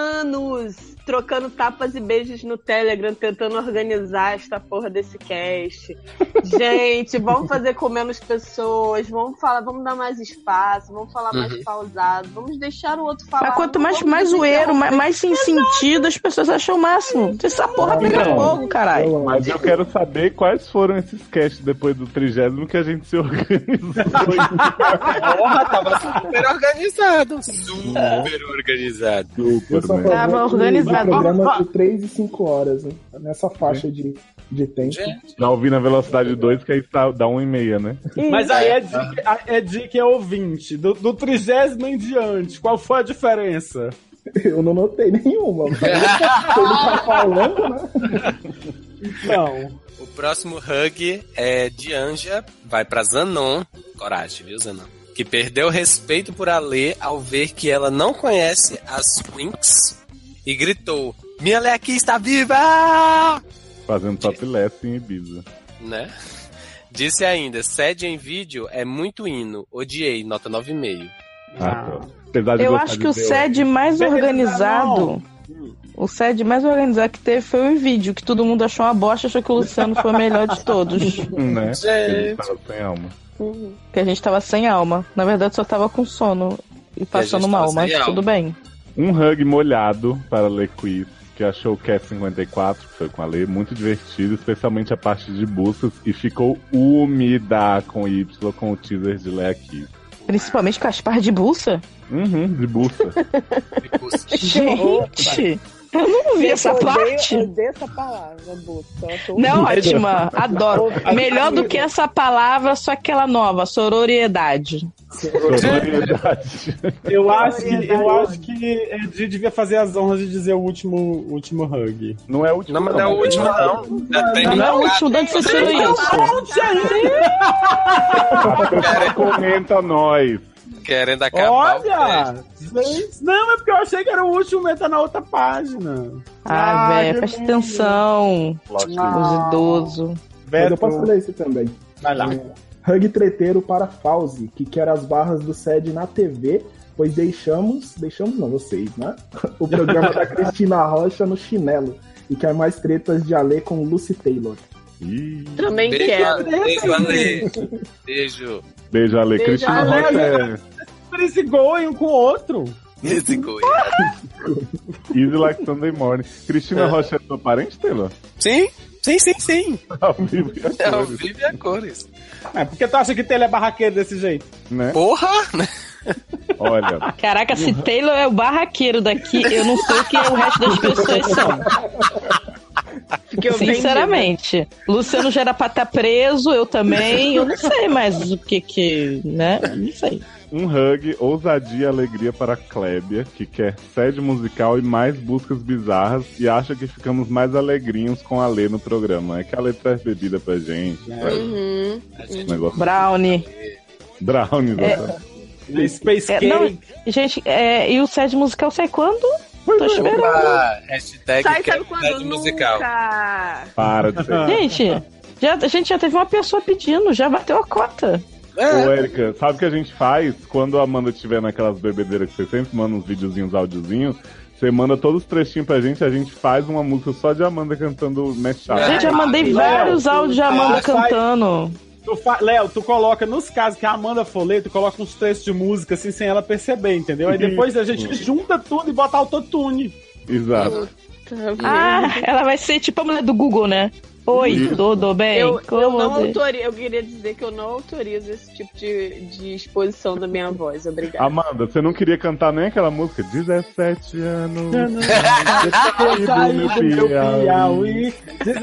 anos trocando tapas e beijos no Telegram, tentando organizar esta porra desse cast. gente, vamos fazer com menos pessoas, vamos falar, vamos dar mais espaço, vamos falar
Uhum.
mais pausado, vamos deixar o outro falar.
Mas quanto
não
mais,
vamos
mais zoeiro,
interromper.
mais, mais sem sentido, as pessoas acham o máximo. Essa porra pega
Então.
fogo, caralho.
Eu,
Mas eu quero saber quais foram esses casts depois do trigésimo que a gente se organizou.
Porra, tava super organizado. Super organizado.
eu sou a
Super, né?
favor
Tava
de-
organizado.
de programa de 3 e 5 horas, né? Nessa faixa de, de tempo.
Gente,
Já ouvi na velocidade 2 que aí tá- dá 1,5, né?
Mas aí é dica, a- é dica é ouvinte. Do, do trigésimo em diante, qual foi a diferença?
Eu não notei nenhuma. mas Ele tá falando, né?
Não.
o próximo hug é de Anja, vai pra Zanon. Coragem, viu, Zanon? Que perdeu respeito por Alê ao ver que ela não conhece as Winx e gritou: Minha Lê aqui está viva!
Fazendo top less em Ibiza.
Né? Disse ainda: sede em vídeo é muito hino, odiei, nota 9,5.
Ah, tá. Apesar de
Eu
gostar
acho
de
que o
The
sede mais organizado. O sede mais organizado que teve foi o Invídeo, que todo mundo achou uma bosta, achou que o Luciano foi o melhor de todos.
Office, né?
Gente.
Ele tava sem alma.
Que a gente tava sem alma. Na verdade, só tava com sono e passando
gente
mal,
tava
mas
sem
tudo
alma.
bem.
Um hug molhado para Lequiz, que achou o Cat 54, que foi com a Lê, muito divertido, especialmente a parte de buscas, e ficou úmida com Y, com o teaser de Lequiz.
Principalmente Caspar de Bulsa.
Uhum, de busca.
Gente, eu não vi essa parte.
Eu odeio essa palavra, Buta. Eu tô-
Não, ótima. Adoro. Melhor do que essa palavra, só aquela nova, sororiedade.
Solidariedade.
Eu acho que, eu acho que Edi devia fazer as honras de dizer o último, o último hug.
Não é o último.
Não, mas não é o último, não. Ainda tem-
Não é o último, de onde você tirou
Ah,
isso?
Comenta nós.
Querendo acabar.
Olha! Gente, não, é porque eu achei que era o último, mas tá na outra página.
Ah,
Ah,
velho,
que
presta
lindo.
atenção,
Plot
os idosos.
Mas
Beto,
eu posso ler esse também.
vai lá.
Hug treteiro para Fauzi, que quer as barras do SED na TV, pois deixamos, deixamos não vocês, né? O programa da Cristina Rocha no chinelo. E quer mais tretas de Alê com Lucy Taylor.
Ih,
Também
Beijo,
quero.
Beijo, Ale. Beijo.
Beijo, Ale.
Beijo,
Cristina
Ale.
Rocha é
Eles se goem um com o outro.
Esse goi.
Easy Like Sunday Morning. Cristina Rocha é sua parente, Taylor?
Sim, sim, sim, sim.
Ao vivo e a
É o
cores,
vivo e a cores.
É, porque tu acha que Taylor é barraqueiro desse jeito?
né?
Porra!
Olha,
Caraca, se Taylor é o barraqueiro daqui, eu não sei o que o resto das pessoas são.
Fiquei ofendida.
Sinceramente. Luciano já era pra estar preso, eu também. Eu não sei mais o que que. né? Não sei.
Um hug, ousadia e alegria para Klebia, que quer sede musical e mais buscas bizarras e acha que ficamos mais alegrinhos com a Lê no programa. É que a Lê traz bebida pra gente, traz
Uhum.
um negócio
Brownie.
brownies. até.
Space
É,
Cake.
não, gente, é, e o sede musical sai quando?
é,
Tô esperando.
Opa, hashtag
Sai, sabe
É quero
quando? Tá
sede musical.
Nunca.
Para de ser.
Gente, já, a gente já teve uma pessoa pedindo, já bateu a cota.
É,
Ô, Erika, sabe o que a gente faz? Quando a Amanda tiver naquelas bebedeiras que você sempre manda uns videozinhos, áudiozinhos, você manda todos os trechinhos pra gente, a gente faz uma música só de Amanda cantando mashup.
É.
Gente, já mandei
Léo,
vários
tu-
áudios de Amanda
ah, sai-
cantando.
Tu fa- Léo, tu coloca, nos casos que a Amanda for ler, tu coloca uns trechos de música assim sem ela perceber, entendeu? Aí depois a gente junta tudo e bota autotune.
Exato.
Ah, ela vai ser tipo a mulher do Google, né? Oi,
Isso.
tudo bem?
Eu,
Como
eu não
você-
autorizo, eu queria dizer que eu não autorizo esse tipo de, de exposição da minha voz, obrigada.
Amanda, você não queria cantar nem aquela música? 17 anos.
Eu saí do meu Piauí. né?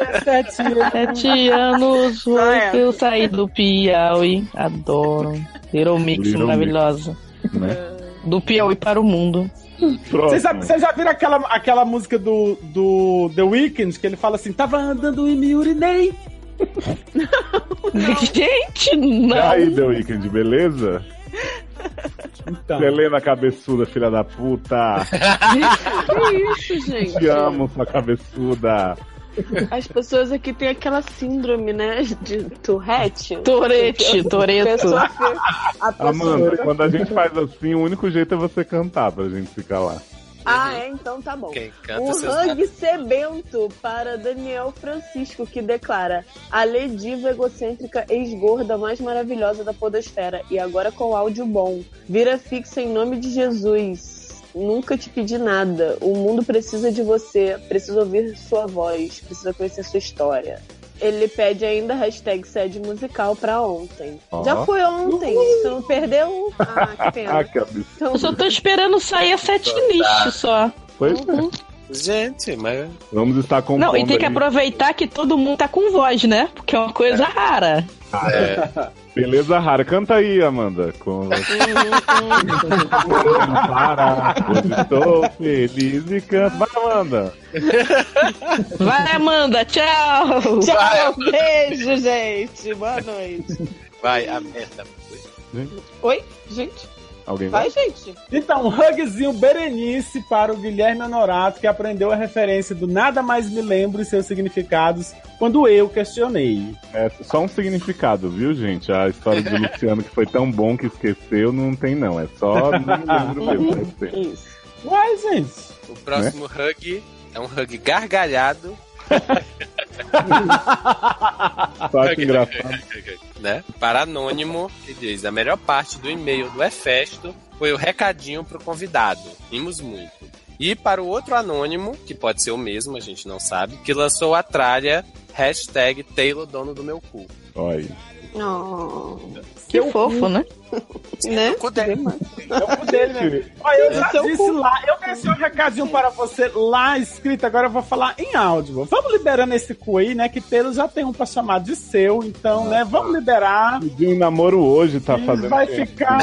17 anos.
é.
eu saí do Piauí. Adoro. Little Mix
Little
maravilhosa.
Né?
Do Piauí para o mundo.
Vocês já,
Próximo.
vocês já viram aquela, aquela música do, do The Weeknd que ele fala assim: tava andando e me urinei.
Gente,
E
não.
aí, The Weeknd, beleza?
Tá.
Então,
Helena cabeçuda, filha da puta.
Que isso, gente?
Te amo, sua cabeçuda.
As pessoas aqui têm aquela síndrome, né? De Tourette.
Torete,
A
Toreto.
pessoa fica- a pessoa-
Amanda, quando a gente faz assim, o único jeito é você cantar pra gente ficar lá.
Ah, é? Então tá bom.
Quem
Um
canta seus
hug sebento para Daniel Francisco, que declara a lei diva egocêntrica ex-gorda mais maravilhosa da podosfera. E agora com áudio bom. Vira fixa em nome de Jesus. Nunca te pedi nada. O mundo precisa de você. Precisa ouvir sua voz. Precisa conhecer sua história. Ele pede ainda a hashtag sede musical pra ontem.
Ó.
Já foi ontem. Você não perdeu? Ah, que
né?
Ah,
pena.
que absurdo.
Então,
Eu só tô esperando sair a setlist só.
Pois é.
Gente, mas.
Vamos estar com
Uhum. Não, e tem que aproveitar que todo mundo tá com voz, né? Porque é uma coisa rara.
É,
Beleza rara. Canta aí, Amanda.
Uhum,
Com... Para. Hoje estou feliz e canto. Vai, Amanda.
Vai, Amanda, tchau!
tchau. Beijo, gente. Boa noite.
vai, a merda.
Oi, gente.
Alguém vai?
Vai, gente.
Então, um hugzinho Berenice para o Guilherme Honorato, que aprendeu a referência do Nada Mais Me Lembro e seus significados quando eu questionei.
É, só um significado, viu, gente? A história de Luciano que foi tão bom que esqueceu, não tem não. É só não me lembro mesmo. deve ser.
Isso.
Uai, gente.
O próximo
Né?
hug é um hug gargalhado,
Só acho engraçado.
né? Para anônimo, que diz: a melhor parte do e-mail do Hefesto foi o recadinho pro convidado. Rimos muito. E para o outro anônimo, que pode ser o mesmo, a gente não sabe, que lançou a tralha hashtag Taylor dono do meu cu.
Né?
Olha aí.
Oh,
Que fofo, né?
né?
Cu dele.
É o cu dele, né? Olha, eu já
Seu
disse
cu.
lá, eu deixei um recadinho para você lá escrito, agora eu vou falar em áudio. Vamos liberando esse cu aí, né? Que Taylor já tem um pra chamar de seu, então, né? Vamos liberar.
Pediu em namoro hoje, tá
E
fazendo.
vai
tempo.
ficar.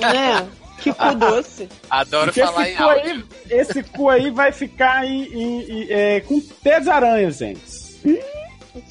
Né? Que cu doce.
Adoro
Porque
falar
esse
em
cu
áudio.
aí, esse cu aí vai ficar em, em- em- é, com teia de aranha, gente. Ah.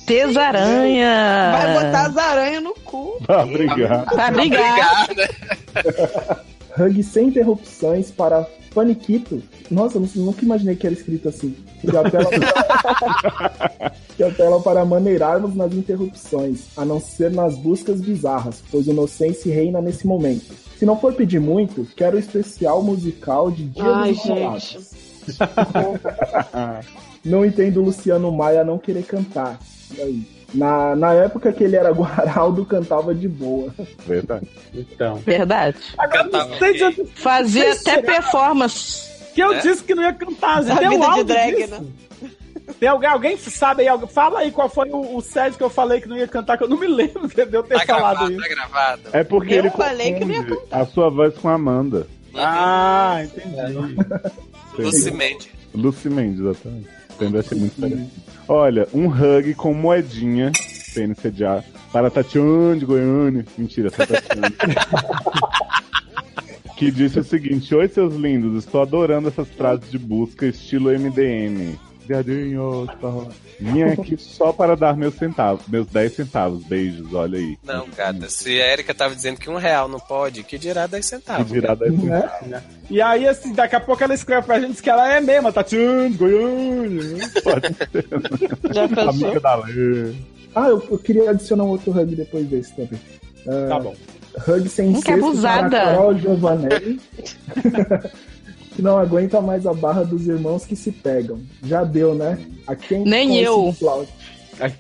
Tesaranha.
Vai botar as aranhas no cu.
Tá, obrigado.
Tá ligado.
Obrigada.
Hug sem interrupções para Paniquito. Nossa, eu nunca imaginei que era escrito assim. Capela para... Capela para maneirarmos nas interrupções, a não ser nas buscas bizarras, pois o inocência reina nesse momento. Se não for pedir muito, quero o especial musical de Dia
Ai,
dos Namorados.
gente.
Não entendo o Luciano Maia não querer cantar. E aí? Na, na época que ele era Guaraldo, cantava de boa.
Verdade.
Então.
Verdade.
Agora eu não sei de onde
Fazia até performance.
Que eu
É.
disse que não ia cantar, gente.
A
Tem um
vida de
áudio
drag,
né?
né?
disso? Tem alguém, alguém sabe aí? Alguém, fala aí qual foi o, o set que eu falei que não ia cantar, que eu não me lembro de eu ter falado
Tá gravado,
isso.
tá gravado.
É porque
Eu
ele
falei que não ia
confunde a sua voz com a Amanda.
Ah, entendi.
É. Lucimente.
Lucy Mendes, exatamente. Também achei muito parecido. Olha, um hug com moedinha, PNCDA, para Tatiane de Goiânia. Mentira, essa é a Tatiane. que disse o seguinte: Oi, seus lindos, estou adorando essas frases de busca estilo MDM. Viadinho, tá rolando. Vim aqui só para dar meus centavos, meus 10 centavos. Beijos, olha aí.
Não, gata. Se a Erika tava dizendo que um real não pode, que dirá 10
Que
centavos.
dirá 10
Né?
centavos.
E aí, assim, daqui a pouco ela escreve pra gente que ela é mesma, Tatiane, Goiânia.
Pode ser.
Já pensou?
Amiga da Lê.
Ah, eu, eu queria adicionar um outro hug depois desse também. Ah,
Tá bom.
Hug sem
Nunca
cesto
Hum, abusada.
para Carol Giovanelli. que não aguenta mais a barra dos irmãos que se pegam. Já deu, né? A quem
Nem
com esse
eu.
flau-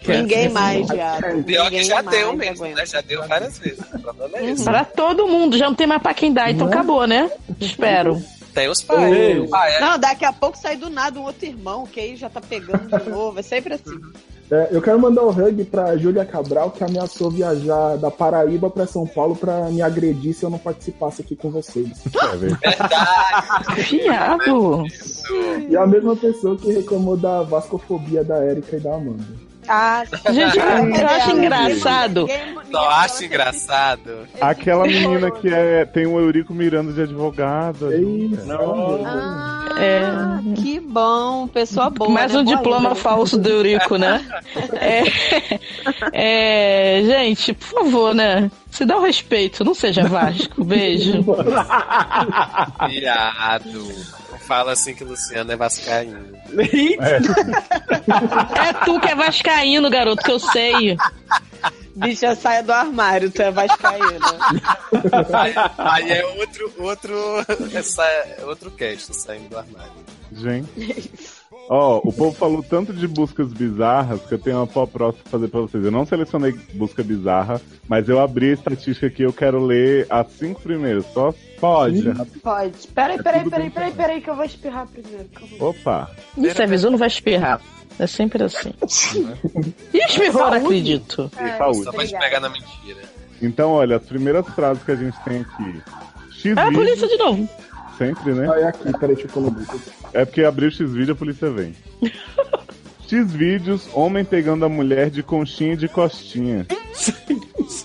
Ninguém mais, já.
Pior que
Ninguém
já
mais
deu mesmo,
aguenta.
né? Já deu várias vezes. O problema é esse.
Pra todo mundo. Já não tem mais pra quem dar, então
Não é?
acabou, né? Espero.
Tem os pais.
Ei.
O pai é-
Não, daqui a pouco sai do nada um outro irmão, que aí já tá pegando de novo. É sempre assim.
É, eu quero mandar um hug pra Júlia Cabral, que ameaçou viajar da Paraíba pra São Paulo pra me agredir se eu não participasse aqui com vocês.
Quer ver?
Fiado.
E a mesma pessoa que reclamou da vascofobia da Érica e da Amanda.
Ah,
Gente, eu acho engraçado.
é
Só acho engraçado.
Aquela menina que é, tem o Eurico Miranda de advogada.
É Isso,
Ah,
É.
que bom. Pessoa boa.
Mais
né?
um
Boa
diploma
líder.
falso do Eurico, né? É, é, gente, por favor, né? Se dá o respeito, não seja Vasco. Beijo.
Viado. Não Fala assim que Luciano é vascaíno.
É tu que é vascaíno, garoto, que eu sei.
Bicha, saia do armário, tu é vascaína.
Aí, aí é outro, outro, essa, outro cast saindo do armário.
Gente. Ó, o povo falou tanto de buscas bizarras que eu tenho uma pó próxima pra fazer pra vocês. Eu não selecionei busca bizarra, mas eu abri a estatística aqui eu quero ler as cinco primeiras. Só pode.
Pode. Peraí, peraí, peraí, peraí, peraí, que eu vou espirrar primeiro. calma.
Opa!
Você avisou, não vai espirrar. É sempre assim. E espirrou, não acredito.
E saúde.
Só pra te pegar na mentira.
Então, olha, as primeiras frases que a gente tem aqui. X
Ah, a polícia de novo.
sempre, né?
Ah, é aqui, peraí, deixa eu colocar.
É porque abriu o X-Vídeo, a polícia vem. X-Vídeos, homem pegando a mulher de conchinha e de costinha.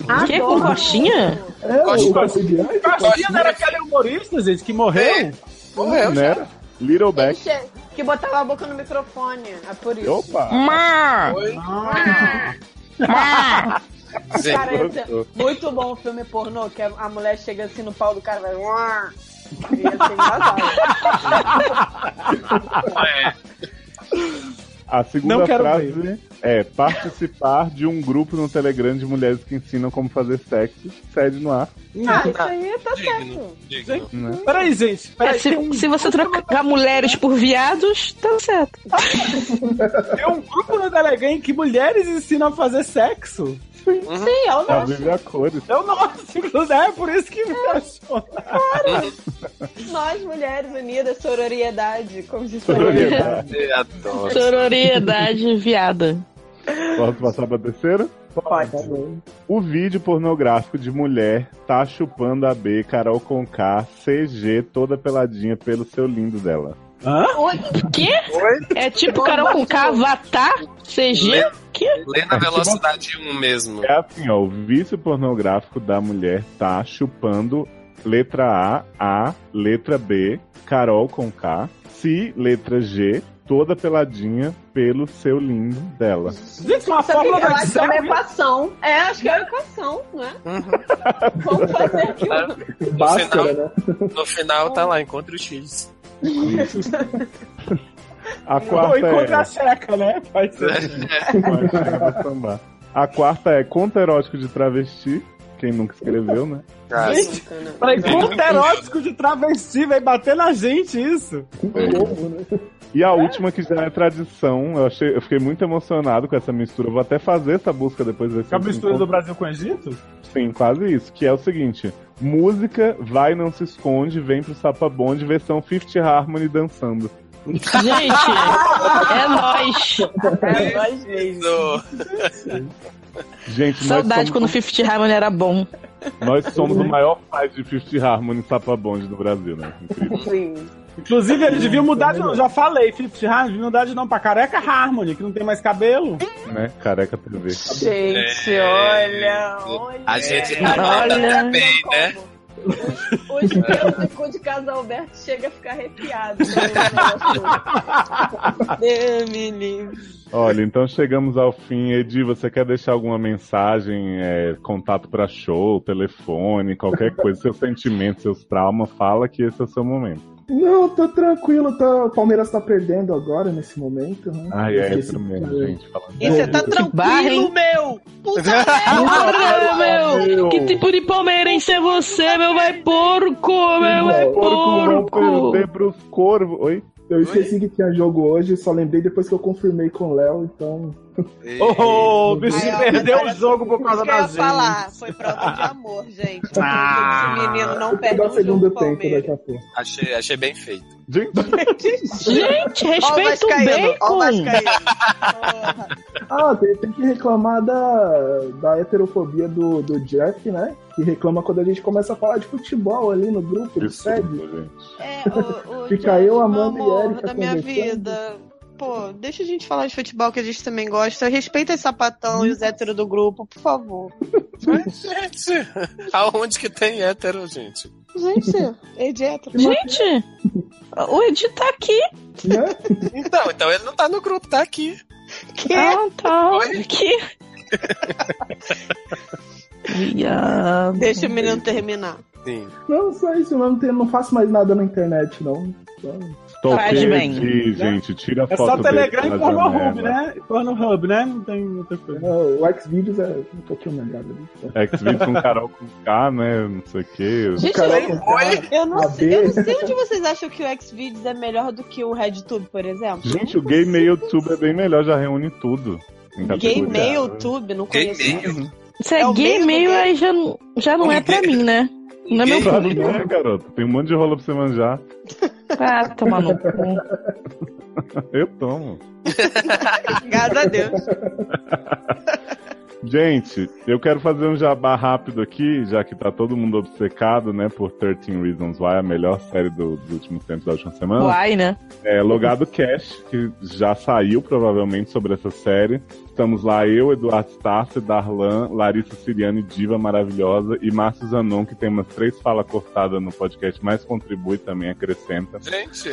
Ah,
Quê? é Com coxinha?
É,
Gosto,
o
gosto.
Cotidiano?
Caixinha não era aquele humorista, gente, que morreu?
É.
Morreu,
né? Little Back.
Bicha, Que botava a boca no É microfone. É por isso.
Opa!
Má!
Foi.
Má!
Gente,
Cara,
é
esse- muito bom o filme pornô, que a mulher chega assim no pau do cara e vai. "Uá",
é
E assim,
Ah,
Ah, é.
A segunda
Não quero
frase é participar de um grupo no Telegram de mulheres que ensinam como fazer sexo, sede no ar. né?
ah, isso aí tá
assim,
certo.
Gente, Peraí, gente. Peraí,
É, se,
tem um-
se você trocar mulheres por viados, tá certo.
Tem um grupo no Telegram que mulheres ensinam a fazer sexo.
Sim, eu
Tá
não.
vive a cores.
Eu não inclusive, é por isso que me apaixona.
Nós, mulheres unidas, sororiedade, como diz o
Solidariedade.
eu adoro.
Sororiedade viada.
Posso passar pra terceira?
Tá bom.
O vídeo pornográfico de mulher tá chupando a B, Carol com K, CG, toda peladinha pelo seu lindo dela.
Quê? É tipo Carol com K, Avatar, CG? Quê?
Lê na velocidade 1 mesmo.
É assim, ó, o vício pornográfico da mulher tá chupando letra A, A, letra B, Carol com K, Si, letra G, toda peladinha pelo seu lindo dela.
Gente, uma
Isso aqui, eu
fórmula da
acho que é uma
Excel.
equação. É, acho que é uma equação, não é?
Uhum.
Vamos fazer aqui uma
Báscara, né?
Tá? No final tá lá, encontre o X.
A
Ou
quarta
encontra a
é...
checa, né? Pode ser.
A quarta é conto erótico de travesti, quem nunca escreveu, né?
É.
Cara,
Gente,
É,
peraí, conto erótico de travesti, vai bater na gente isso.
E a última que já é tradição, eu, achei, eu fiquei muito emocionado com essa mistura. Eu vou até fazer essa busca depois desse
Que é a mistura do
encontro.
Brasil com o Egito?
Sim, quase isso. Que é o seguinte: música vai, não se esconde, vem pro Sapa Bond, versão Fifth Harmony dançando.
Gente, é nóis.
É, nós mesmos.
do-
Gente, nós
Saudade
somos,
quando o Fifth Harmony era bom.
nós somos o maior faz de Fifth Harmony Sapa Bond do Brasil, né? Incrível.
Sim.
Inclusive, ele devia mudar de nome. Já falei, Fifth Harmony, devia mudar de nome pra Careca Harmony, que não tem mais cabelo.
né? Careca TV.
Gente,
É.
olha, olha.
A gente tá
Olha.
bem, né?
Os Deus de cu de casa Alberto chega a ficar arrepiado. né?
Olha, então chegamos ao fim. Edi, você quer deixar alguma mensagem, é, contato pra show, telefone, qualquer coisa, seus sentimentos, seus traumas, fala que esse é o seu momento.
Não, tô tranquilo. Tá... O Palmeiras tá perdendo agora, nesse momento. Né?
Ai, é
Esqueci
isso mesmo,
que-
gente. Falando.
E
é
você tá
Que barra, hein?
meu!
Porra,
meu!
meu! Que tipo de palmeirense é você, meu? Vai porco, meu! É
Porco, vão
porco!
perder pros corvos. Oi?
Eu esqueci que tinha jogo hoje, só lembrei depois que eu confirmei com o Léo, então.
Oh, o bichinho
Ai, ó,
perdeu o
mas
jogo por causa
Isso que É, eu
da
ia
gente.
falar. Foi prova de amor, gente.
Ah.
Esse menino não
Eu vou
perde
dar
um jogo
segundo
do
tempo
Palmeiras.
daqui a pouco.
Achei, achei bem feito.
Gente,
Gente,
Ó o
respeita o
Vascaíno, ó o
bacon!
Vascaíno. Porra.
Ah, tem, tem que reclamar da, da heterofobia do, do Jeff, né? Que reclama quando a gente começa a falar de futebol ali no grupo, do
isso,
sede.
gente.
É, o, o
Fica
Johnny,
eu,
meu
Amanda e
amor,
Erika
da minha
conversando.
vida. Pô, deixa a gente falar de futebol que a gente também gosta. Respeita os sapatão e os héteros do grupo, por favor.
Mas, gente, aonde que tem hétero, gente?
Gente, é de hétero.
Gente, o Edi tá aqui.
Né?
Então, então ele não tá no grupo, tá aqui.
Que?
Ah, tá.
Oi?
Aqui. Viado.
Deixa o menino terminar.
Sim.
Não, só isso, eu não, tenho, não faço mais nada na internet, não. Só-
Toquei
bem.
Edi, gente, tira a
É
foto
só
dele
Telegram e
pela
Pornhub,
janela.
né? E Pornhub, né? Não tem outra coisa.
não, o Xvideos é um pouquinho melhor ali. Tá?
né?
Xvideos com Carol com K, né? Não sei o quê.
Gente,
Carol com K.
eu não,
A
sei, eu
B.
não sei onde vocês acham que o Xvideos é melhor do que o RedTube, por exemplo.
Gente, o Gay Mail Tube é bem melhor, já reúne tudo. em
Gay
categoria.
Mail Tube, não
Gay
conheço.
meio.
Se é,
É o
gay
mesmo
meio,
gay.
aí já, não- já não é pra mim, né? Não é meu
Gay
Claro que
público.
é, garoto. Tem um monte de rola pra você manjar.
Ah, toma no cu.
Eu tomo.
Graças a Deus.
Gente, eu quero fazer um jabá rápido aqui, já que tá todo mundo obcecado, né, por 13 Reasons Why, a melhor série do- dos últimos tempos da última semana.
Uai, né?
É Logado Cash, que já saiu provavelmente sobre essa série. Estamos lá, eu, Eduardo Starce, Darlan, Larissa Siriane, diva maravilhosa, e Márcio Zanon, que tem umas três falas cortadas no podcast, mas contribui também, acrescenta.
Gente,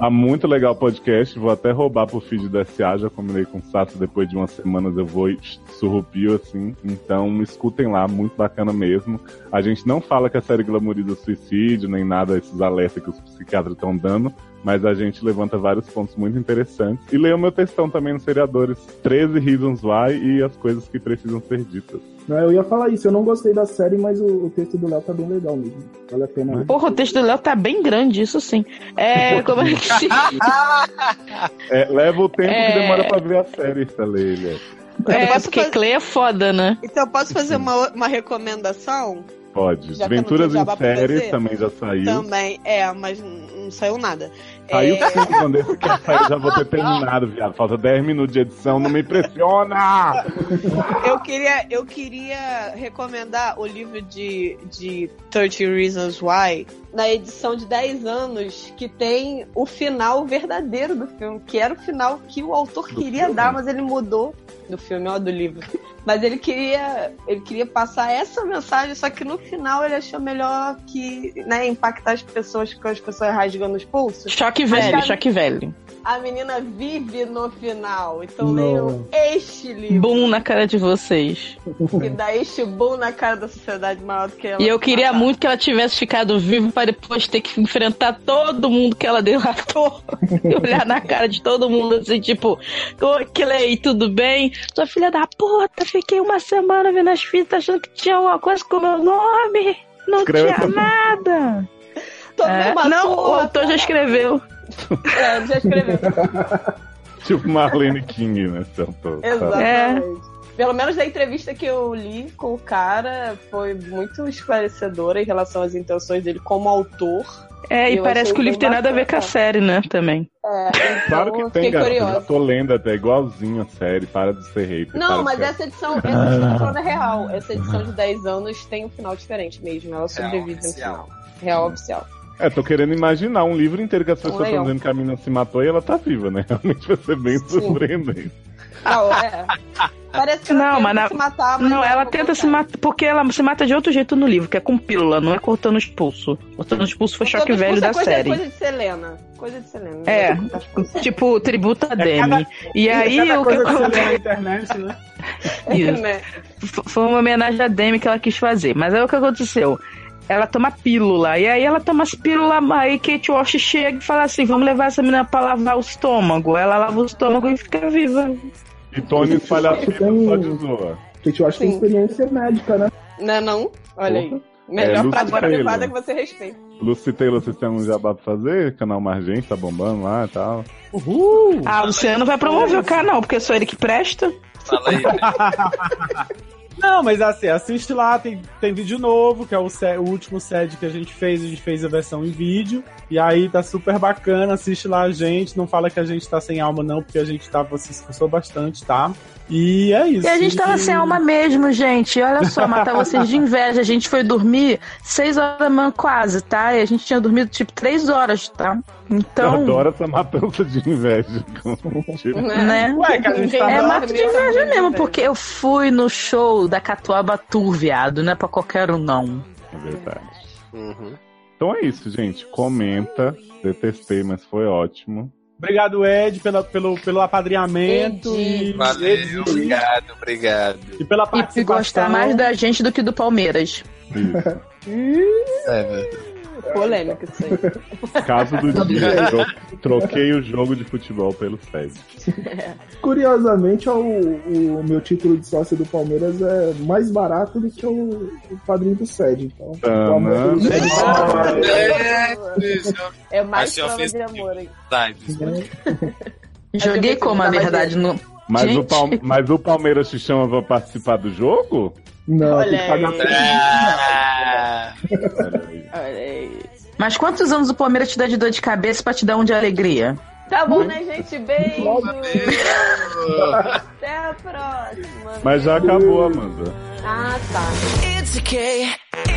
Tá muito legal o podcast. Vou até roubar pro feed do SA. Já combinei com o Sato. Depois de umas semanas eu vou e surrupio assim. Então escutem lá, muito bacana mesmo. A gente não fala que a série glamoriza suicídio, nem nada esses alertas que os psiquiatras estão dando. Mas a gente levanta vários pontos muito interessantes. E leiam meu textão também nos seriadores: 13 Reasons Why e as coisas que precisam ser ditas.
Não, eu ia falar isso, eu não gostei da série, mas o, o texto do Léo tá bem legal mesmo. Vale a pena. né?
Porra, o texto do Léo tá bem grande, isso sim. É, como é que se...
É, leva o tempo
É.
que demora pra ver a série, tá Leila?
É,
Posso
porque
fazer-
Clay é foda, né?
Então, posso fazer uma, uma recomendação?
Pode.
Já que eu não
Aventuras
tenho
em
jabá pra
série
fazer?
também já saiu.
Também, é, mas n- não saiu nada.
Saiu
É,
sim, quando esse quer sair, já vou ter terminado, viado. Falta 10 minutos de edição, não me impressiona!
eu, queria, eu queria recomendar o livro de, de 30 Reasons Why, na edição de 10 anos, que tem o final verdadeiro do filme, que era o final que o autor queria dar, mas ele mudou do filme, ó, do livro. Mas ele queria, ele queria passar essa mensagem, só que no final ele achou melhor que né, impactar as pessoas com as pessoas rasgando os pulsos.
Choque velho,
Mas-
choque velho.
A menina vive no final. Então
Não.
leiam este livro.
Bum na cara de vocês.
Que dá este bom na cara da sociedade maior do que ela. Ah, tá.
E eu queria muito que ela tivesse ficado viva para depois ter que enfrentar todo mundo que ela delatou. e olhar na cara de todo mundo assim, tipo, Oi, Clay, tudo bem? Sua filha da puta, fiquei uma semana vendo as fitas achando que tinha alguma coisa com o meu nome. Não
Escreva
tinha
essa-
nada. É,
uma
não, o
surra.
autor já escreveu.
É, já escreveu.
tipo Marlene King, né? Então, tô- tá.
Exatamente. Pelo menos da entrevista que eu li com o cara, foi muito esclarecedora em relação às intenções dele como autor.
É, e
Eu
parece
achei
que o livro
bem
tem nada a ver com a
bacana.
série, né? Também.
É, então
Claro que
eu
tem, né?
fiquei
gato.
curiosa.
Já tô lendo até igualzinho a série. Para de ser hater. para
Não,
de
mas é assim.
ser-
essa edição, essa
Ah.
edição falando é real. Essa edição
Uhum.
de 10 anos tem um final diferente mesmo. Ela sobrevive no
oficial.
final. Real oficial.
É, tô querendo imaginar um livro inteiro que as pessoas
Leão.
estão dizendo que a mina se matou e ela tá viva, né? Realmente vai ser bem surpreendente.
Não, é. Parece que ela
Não,
tenta
mas na-
se matar, mas
Não, ela
não
tenta se
consegue.
matar, porque ela se mata de outro jeito no livro, que é com pílula, não é cortando os pulsos. Cortando os pulsos foi choque
Todo
velho
discurso é
da
coisa,
série.
Coisa de Selena. Coisa de Selena.
É, tipo, tributa a Demi. E aí,
Cada
o que
coisa que você lê
acontece?
na internet, né?
Isso.
Né?
F- Foi uma homenagem à Demi que ela quis fazer. Mas aí o que aconteceu? Ela toma pílula. E aí ela toma as pílulas, aí Kate Walsh chega e fala assim: vamos levar essa menina pra lavar o estômago. Ela lava o estômago e fica viva.
E Tony espalha a fita só de zoa.
Gente, eu acho que tem
Sim.
experiência médica, né?
Não é não? Olha aí.
É,
Melhor
Lucy
prática
Taylor.
privada que você respeita.
Lucy Taylor, vocês têm um jabá pra fazer? Canal Margem tá bombando lá e tal.
Ah, o Luciano vai promover o canal, porque é só ele que presta.
Fala aí, né?
Não, mas assim, assiste lá, tem, tem vídeo novo, que é o, sé- o último SED que a gente fez, a gente fez a versão em vídeo, e aí tá super bacana, assiste lá a gente, não fala que a gente tá sem alma não, porque a gente tá, você se esforçou bastante, tá? E é isso.
E a gente tava sem alma mesmo, gente. Olha só, matar vocês de inveja. A gente foi dormir seis horas da manhã quase, tá? E a gente tinha dormido tipo três horas, tá?
Eu
Então,
adoro essa matança de inveja. Tipo,
né?
Ué, que a gente tá
É
Adoro
mato de
mesmo,
inveja
gente,
mesmo,
velho.
porque eu fui no show da Catuaba Tour, viado. Não é pra qualquer um, não.
é verdade.
Uhum.
Então é isso, gente. Comenta. Detestei, mas foi ótimo.
Obrigado, Ed, pela, pelo, pelo apadrinhamento. E,
Valeu, obrigado, obrigado.
e pela
E
participação.
gostar mais da gente do que do Palmeiras.
É, velho.
Polêmico isso aí.
Caso do
é
dia, eu troquei o jogo de futebol pelo SED.
Curiosamente, ó, o, o meu título de sócio do Palmeiras é mais barato do que o, o padrinho do SED. Então,
Tá,
o amor do
né?
SED.
É mais
Mas se
prova de
ofensivo.
amor aí.
Joguei como, a verdade, no...
Mas o,
Gente.
Pal- mas o Palmeiras te chama pra participar do jogo?
Não,
Olha
tem que pagar
aí.
Ah,
Olha aí.
Olha aí.
Mas quantos anos o Palmeiras te dá de dor de cabeça pra te dar um de alegria?
Tá bom, né, gente? Beijo.
valeu.
Até a próxima. né?
Mas já acabou, Amanda.
Ah, tá.
It's okay,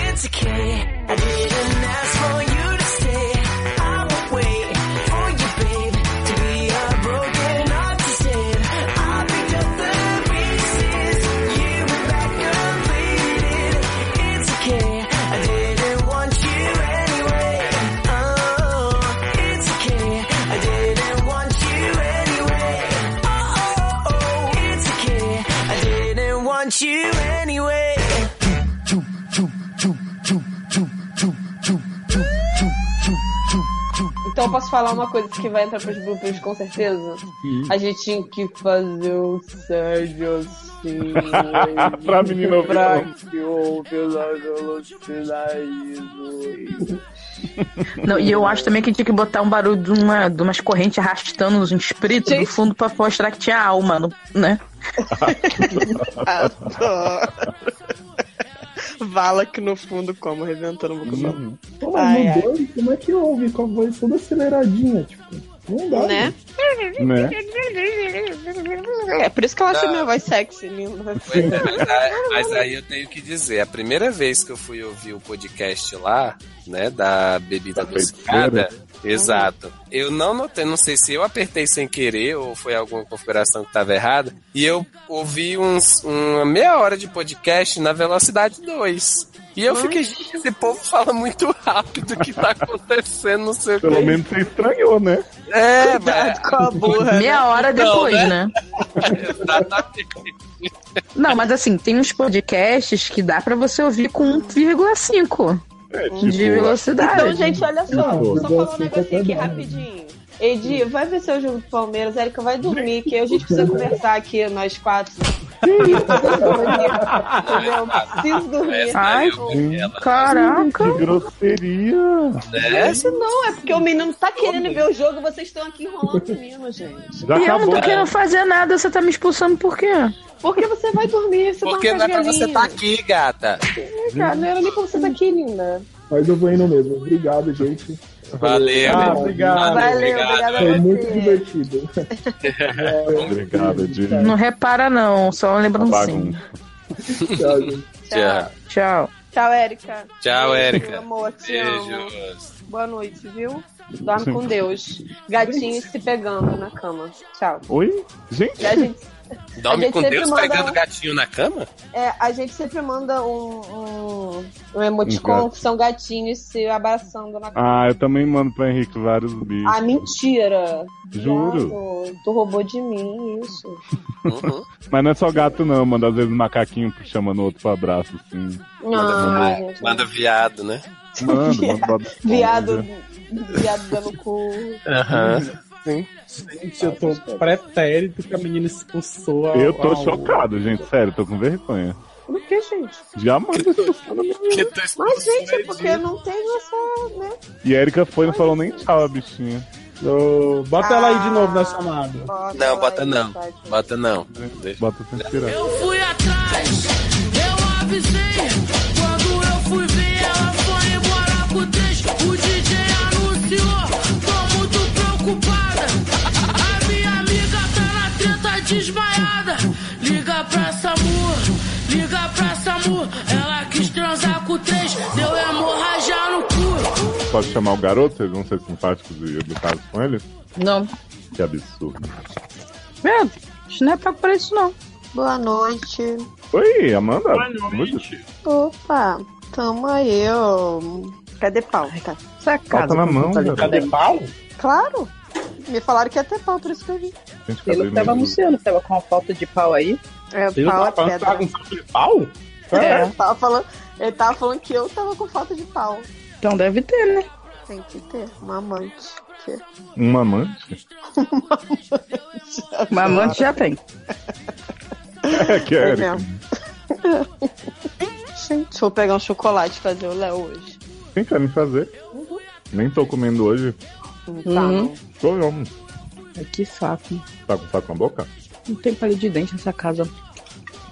it's okay. I didn't ask for you to stay. I will wait for you, babe, to be a broken heart to save. I picked up the pieces, you were back completed. It's okay, I didn't want Oh, you anyway. Oh, it's okay, I oh,
Então eu posso falar uma coisa que vai entrar pros bloopers com certeza? A gente tinha que fazer um Sérgio assim.
Pra menina ouvir.
Pra que ouve o Sérgio
Não, e eu acho também que tinha que botar um barulho de, uma, de umas correntes arrastando os espíritos do fundo pra mostrar que tinha alma, no- né?
Ah, Vala que no fundo como, arrebentando um o bocuzão.
Uhum. Pô, no
Ai, ai.
dois, como é que ouve? Com a voz toda aceleradinha, tipo. Não dá,
Né?
gente.
Né?
É por isso que ela achou
Não.
minha voz sexy, né? linda.
Pois é, mas, a- mas aí eu tenho que dizer, a primeira vez que eu fui ouvir o podcast lá, né, da bebida
Da
adocicada, exato, eu não notei, não sei se eu apertei sem querer ou foi alguma configuração que estava errada, e eu ouvi uns, uma meia hora de podcast na velocidade 2. E eu fiquei, gente, esse povo fala muito rápido o que tá acontecendo, não sei o
Pelo
que.
menos você estranhou, né?
É, mas,
Cuidado com a burra.
Meia hora depois, É, né?
exatamente.
Não, mas assim, tem uns podcasts que dá pra você ouvir com 1,5
É, tipo,
de
Ah,
velocidade.
Então, gente, olha
Não,
só. só
eu
falar um
gosto
negocinho aqui
de
rapidinho. Edi, vai ver seu jogo do Palmeiras, Érica, vai dormir, que a gente precisa conversar aqui, nós quatro. Entendeu?
Ah,
Preciso dormir.
Ai,
eu ouvi ela,
Caraca!
que grosseria!
né?
Isso não, é porque o menino tá querendo ver o jogo e vocês estão aqui enrolando o menino, gente.
Já
E eu não
acabou. né?
tô querendo fazer nada, você tá me expulsando por quê?
Porque você vai dormir, você
Porque não
marca
é pra
as
você
galinhas.
estar aqui, gata.
Cara, não era nem pra você estar aqui, linda.
Mas eu vou indo mesmo. Obrigado, gente.
Valeu.
Ah,
meu
obrigado.
Valeu,
Obrigado.
obrigada
Foi
a
muito
você.
divertido.
Obrigado, Di.
Não repara, não, só lembrando sim.
Bagunça.
Tchau, gente.
Tchau.
Tchau.
Tchau, Érica.
Tchau,
Beijo,
Érica.
meu Amor, te amo.
Beijos.
Boa noite, viu? Dorme com Deus. Gatinhos se pegando na cama. Tchau.
Oi? Gente,
E a gente, A
Dorme
gente
com
sempre
Deus
manda
pegando
um-
gatinho na cama?
é, a gente sempre manda um, um, um emoticon
Um gato.
que são gatinhos se abraçando na cama.
ah, eu também mando pra Henrique vários bichos.
Ah, mentira!
Juro.
Viado, tu roubou de mim isso.
Uhum.
Mas não é só gato, não. Manda às vezes um macaquinho que chama no outro pra abraço, assim.
Ah,
Não, gente.
Manda viado, né?
Manda, manda. bota fora,
Viado,
né?
viado dando cu.
né?
Gente, eu tô pretérito que a menina expulsou a.
Eu tô
a-
chocado, gente. Sério, tô com vergonha.
Por que, gente?
Já manda essa
Que tu
Mas, gente, é
expulsou
porque eu não tenho essa. né?
E a Erika foi e não falou nem tchau, a bichinha.
Ô, Bota ela aí
Ah.
de novo na chamada.
Bota
Não, bota
aí,
não.
tadinha.
Bota não. Deixa.
Bota sem tirar.
Eu fui atrás, eu avisei. Quando eu fui ver, ela foi embora com três. O DJ anunciou, tô muito preocupada. A minha amiga tá na treta desmaiada. Liga pra Samu, liga pra Samu. Ela quis transar com três, deu hemorragia no cu.
Pode chamar o garoto? Vocês vão ser simpáticos e educados com ele?
Não.
Que absurdo.
Meu, isso não é pago pra isso, não.
Boa noite.
Oi, Amanda.
Opa, tamo aí, ó. Cadê pau? Tá.
Falta na mão,
tá
cara.
Cadê pau?
Claro. Me falaram que ia ter pau, por isso que eu vim.
Gente, cadê
Ele
mesmo?
tava anunciando que tava com uma falta de pau aí.
É,
Ele
pau é
tá falando que
pedra.
tá com falta
um
de pau?
É,
né?
eu tava falando, ele tava falando que eu tava com falta de pau.
Então deve ter, né?
Tem que ter uma amante. Que-
Um amante?
Mas amante já tem.
É, que é,
É
Erika.
Gente, vou pegar um chocolate e fazer o Léo hoje.
Quem quer me fazer? Nem tô comendo hoje.
Não
Uhum.
tá, não.
Tô eu.
Ai, Que saco.
Tá com saco na boca?
Não tem palito de dente nessa casa.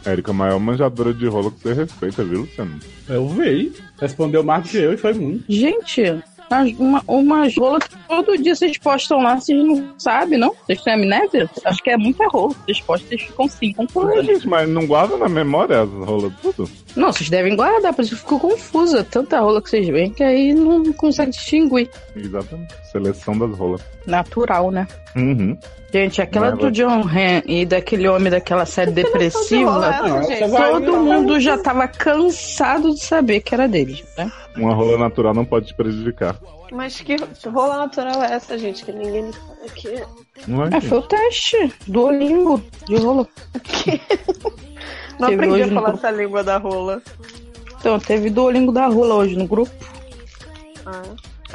Erika, a maior manjadora de rolo que você respeita, viu, Luciano?
Eu vi. Respondeu mais do que eu e foi muito.
Gente, as- uma, uma rola que todo dia vocês postam lá, vocês não sabem, não? Vocês têm amnésia? Acho que é muita rola. Vocês postam, vocês ficam sim
Pô,
confusos.
gente, mas não guarda na memória as rolas tudo?
Não, vocês devem guardar, por isso eu fico confusa. Tanta rola que vocês veem que aí não consegue distinguir.
Exatamente. Seleção das rolas.
Natural, né?
Uhum.
Gente, aquela
Não,
do John Han e daquele homem daquela série
Rola
depressiva,
Não,
essa, Então, tá gente.
essa vai-
todo mundo já tava cansado de saber que era deles, né?
Uma rola natural não pode te prejudicar.
Mas que rola natural é essa, gente? Que ninguém me fala aqui.
Não é,
É, foi o teste do Olimbo de rolo.
Não
Teve
aprendi a
hoje no
falar
grupo.
essa língua da rola.
Então, teve do Olimbo da Rola hoje no grupo.
Ah.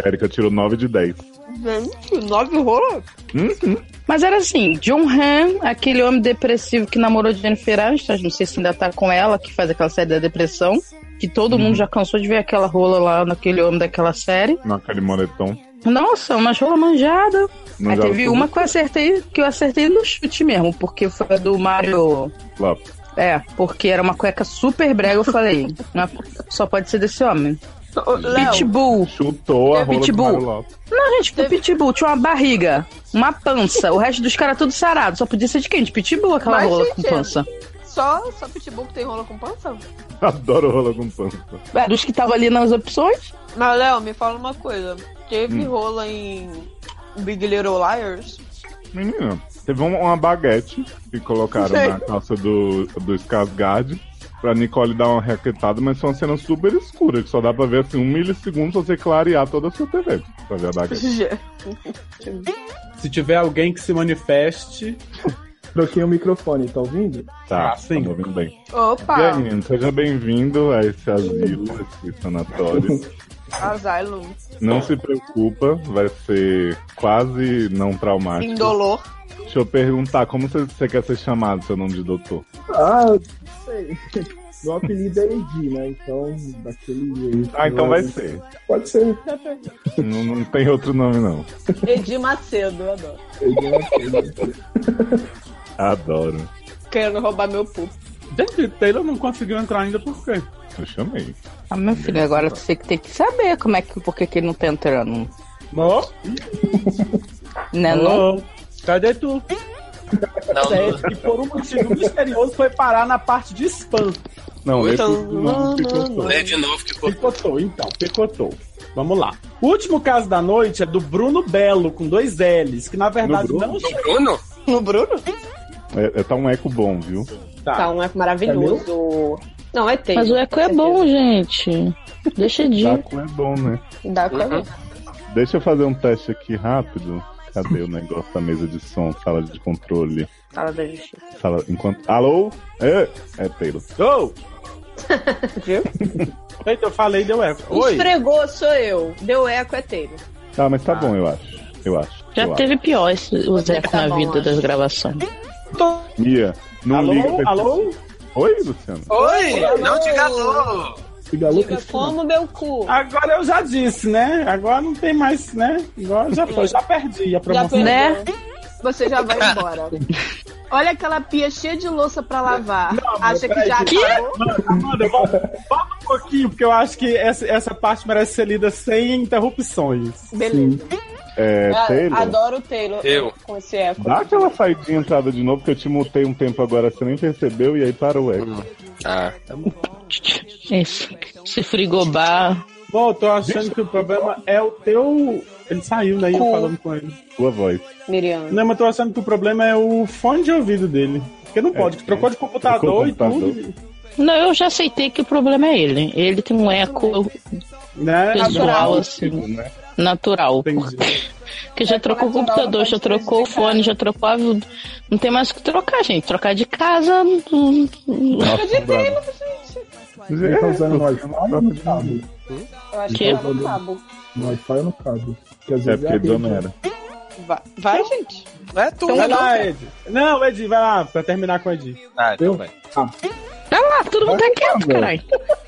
Erika tirou 9 de 10.
Gente, nove rolos?
Uhum.
Mas era assim, John Han, aquele homem depressivo que namorou Jennifer Aniston, não sei se ainda tá com ela, que faz aquela série da depressão, que todo mundo já cansou de ver aquela rola lá naquele homem daquela série.
Naquele moletom.
Nossa, uma rola manjada. Aí
Mas
teve uma que eu acertei, que eu acertei no chute mesmo, porque foi a do Mario.
Flop.
É, porque era uma cueca super brega, eu falei, "Não, só pode ser desse homem. Pitbull.
Chutou a
É
rola
Pitbull.
do Mario Lopes.
Não, gente, o Pitbull tinha uma barriga, uma pança, o resto dos caras tudo sarado. Só podia ser de quem? De Pitbull aquela
Mas,
rola
gente,
com pança.
Só, só pitbull que tem rola com pança?
Adoro rola com pança.
É, dos que estavam ali nas opções.
Mas, Léo, me fala uma coisa. Teve
Hum.
rola em Big Little Liars?
Menina, teve um- uma baguete que colocaram
Sei.
na calça do, do Skarsgård pra Nicole dar uma raquetada, mas foi uma cena super escura, que só dá pra ver assim um milissegundo se você clarear toda a sua TV pra ver a baguete.
Se tiver alguém que se manifeste,
Troquei o microfone, tá ouvindo?
Tá,
Ah, sim.
tá ouvindo bem. E aí,
Opa!
menino, seja bem-vindo a esse asilo, a esse sanatório.
Asylum.
Não se preocupa, vai ser quase não traumático.
Indolor.
Deixa eu perguntar, como você, você quer ser chamado, seu nome de doutor?
Ah, não sei. Meu apelido é Edi, né? Então, daquele jeito.
Ah, então vai ser.
Pode ser.
Não, não tem outro nome, não.
Edir Macedo, eu adoro.
Edi é aquele.
Adoro.
Querendo roubar meu pulo.
gente, Taylor não conseguiu entrar ainda por quê?
Eu chamei.
Ah, meu filho, agora você que tem que saber como é que, por que que ele não tá entrando.
Não?
É
Né,
Ah,
não?
Alô? Cadê tu?
Não, não,
E por um motivo misterioso foi parar na parte de spam.
Não, esse
Então,
não ficou
lê de novo que ficou.
Picotou, então, picotou. Vamos lá. O último caso da noite é do Bruno Belo, com dois L's, que na verdade
Bruno?
não
No Bruno?
No Bruno?
é, é, Tá um eco bom, viu?
Tá,
está.
um eco
É
maravilhoso. Não, é tem.
Mas o eco é bom, gente. Deixa de.
Tá
Taco é bom, né?
Dá com
Uhum.
Deixa eu fazer um teste aqui rápido. Cadê o negócio da mesa de som? Sala de controle.
Fala da justiça.
Sala. Enquanto. Alô? É, é Taylor.
Go! Eita, eu falei, deu eco. Oi?
Esfregou, sou eu. Deu eco, é teiro.
Ah, mas tá bom, eu acho. Eu acho.
Já
eu
teve pior esse, o Zé
que
com
tá
a
bom,
vida
acho.
das gravações.
Acho. Mia, não
Alô?
liga pra esse-
Alô?
Oi, Luciano.
Oi! Não diga alô!
Fica louco
Diga
esse
como meu cu.
Agora eu já disse, né? Agora não tem mais, né? Agora já foi, já perdi a
Já
promoção. Ah.
Né?
perdeu. Você já vai embora. Olha aquela pia cheia de louça pra lavar. Acha que
peraí,
já
que- é
acabou?
Amanda, Amanda, volta, volta um pouquinho, porque eu acho que essa, essa parte merece ser lida sem interrupções.
Beleza.
É,
Ah,
Taylor.
Adoro o Taylor
Eu.
com esse eco.
Dá aquela saidinha e entrada de novo, que eu te mutei um tempo agora, você nem percebeu, e aí parou é, o eco.
Ah,
Isso. Se frigobar.
Bom, eu tô achando que o problema é o teu. Ele saiu daí eu
Cu.
falando com ele.
Sua voz.
Miriam.
Não, mas eu tô achando que o problema é o fone de ouvido dele. Porque não pode, É, trocou de computador e
Trocou de
tudo.
Não, eu já aceitei que o problema é ele. Ele tem um eco
Né?
pessoal,
Natural.
assim,
Né?
natural.
Entendi.
Porque já trocou o
natural,
computador,
faz
já trocou o
três de
fone, já trocou a. Não tem mais o que trocar, gente. Trocar de casa. hum, hum,
Nossa, bravo.
Ele tá usando no Wi-Fi, não cabe.
Eu acho
Que?
que tá no cabo.
No Wi-Fi não cabe. Porque às
É
vezes
porque
rede. né?
Donera.
Vai, vai, gente.
não é tu,
Vai
não.
lá, Ed. Não, Ed, vai lá, pra terminar com o Ed.
Ah, então vai.
Olha lá, todo mundo tá quieto, caralho.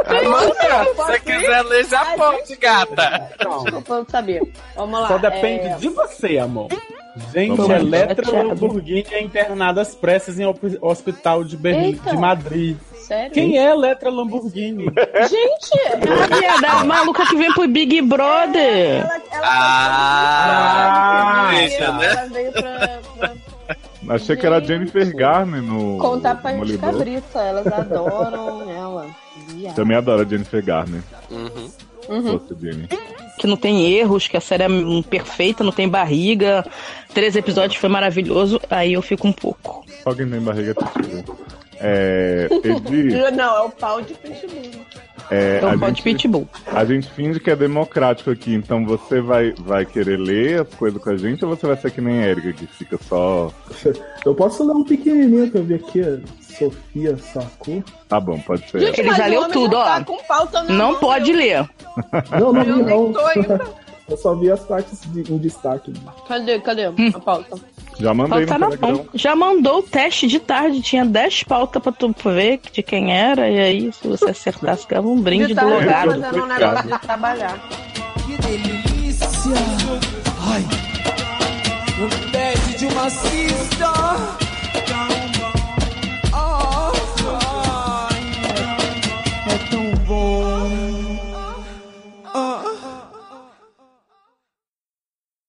Amanda, se você quiser ler, já pode, gata.
Desculpa, eu não sabia. Vamos lá.
Só depende
é,
de você, amor. Gente,
Vamos lá.
Eletra
Thiago.
Lamborghini é internada às pressas em op- hospital de, Berlim,
Eita.
de Madrid.
Sério?
Quem é Eletra Lamborghini?
Gente, ela,
A viadada maluca que vem pro Big Brother.
ela,
Ah, deixa,
ela,
né?
ela veio pra, pra
Achei que era Jennifer Garner no.
contar pra gente
Demolidor.
cabrita. Elas adoram ela. Viado.
Também adoro a Jennifer Garner.
Uhum.
Você, Jenny.
Que não tem erros, que a série é
um
hum, perfeita, não tem barriga. Três episódios foi maravilhoso. Aí eu fico um pouco.
Só quem tem barriga tá tirando. É, Edi,
Não, é o pau de pitbull.
é,
Então
a,
pode
gente,
pitbull.
a gente finge que é democrático aqui, então você vai, vai querer ler as coisas com a gente ou você vai ser que nem a Erika, que fica só.
Eu posso ler um pequenininho pra eu ver aqui. ó. Sofia Saku.
Tá bom, pode ser.
Gente,
Ele
mas
já
o
leu
homem
tudo,
já
ó.
Tá com pauta na
Não
mão,
pode
eu-
ler.
Não, não
Eu
vi,
nem
não.
tô ainda.
Eu só vi as partes de- em destaque.
Cadê, cadê
Hum.
a pauta?
Já mandei
Pauta
no
na
Telegram.
mão. Já mandou o teste de tarde, tinha 10 pautas pra tu ver de quem era, e aí, se você acertasse, ganhava um brinde do
Vitara tá
lugar.
fazendo um negócio de trabalhar.
delícia!
Um Oh, pede de uma cista oh.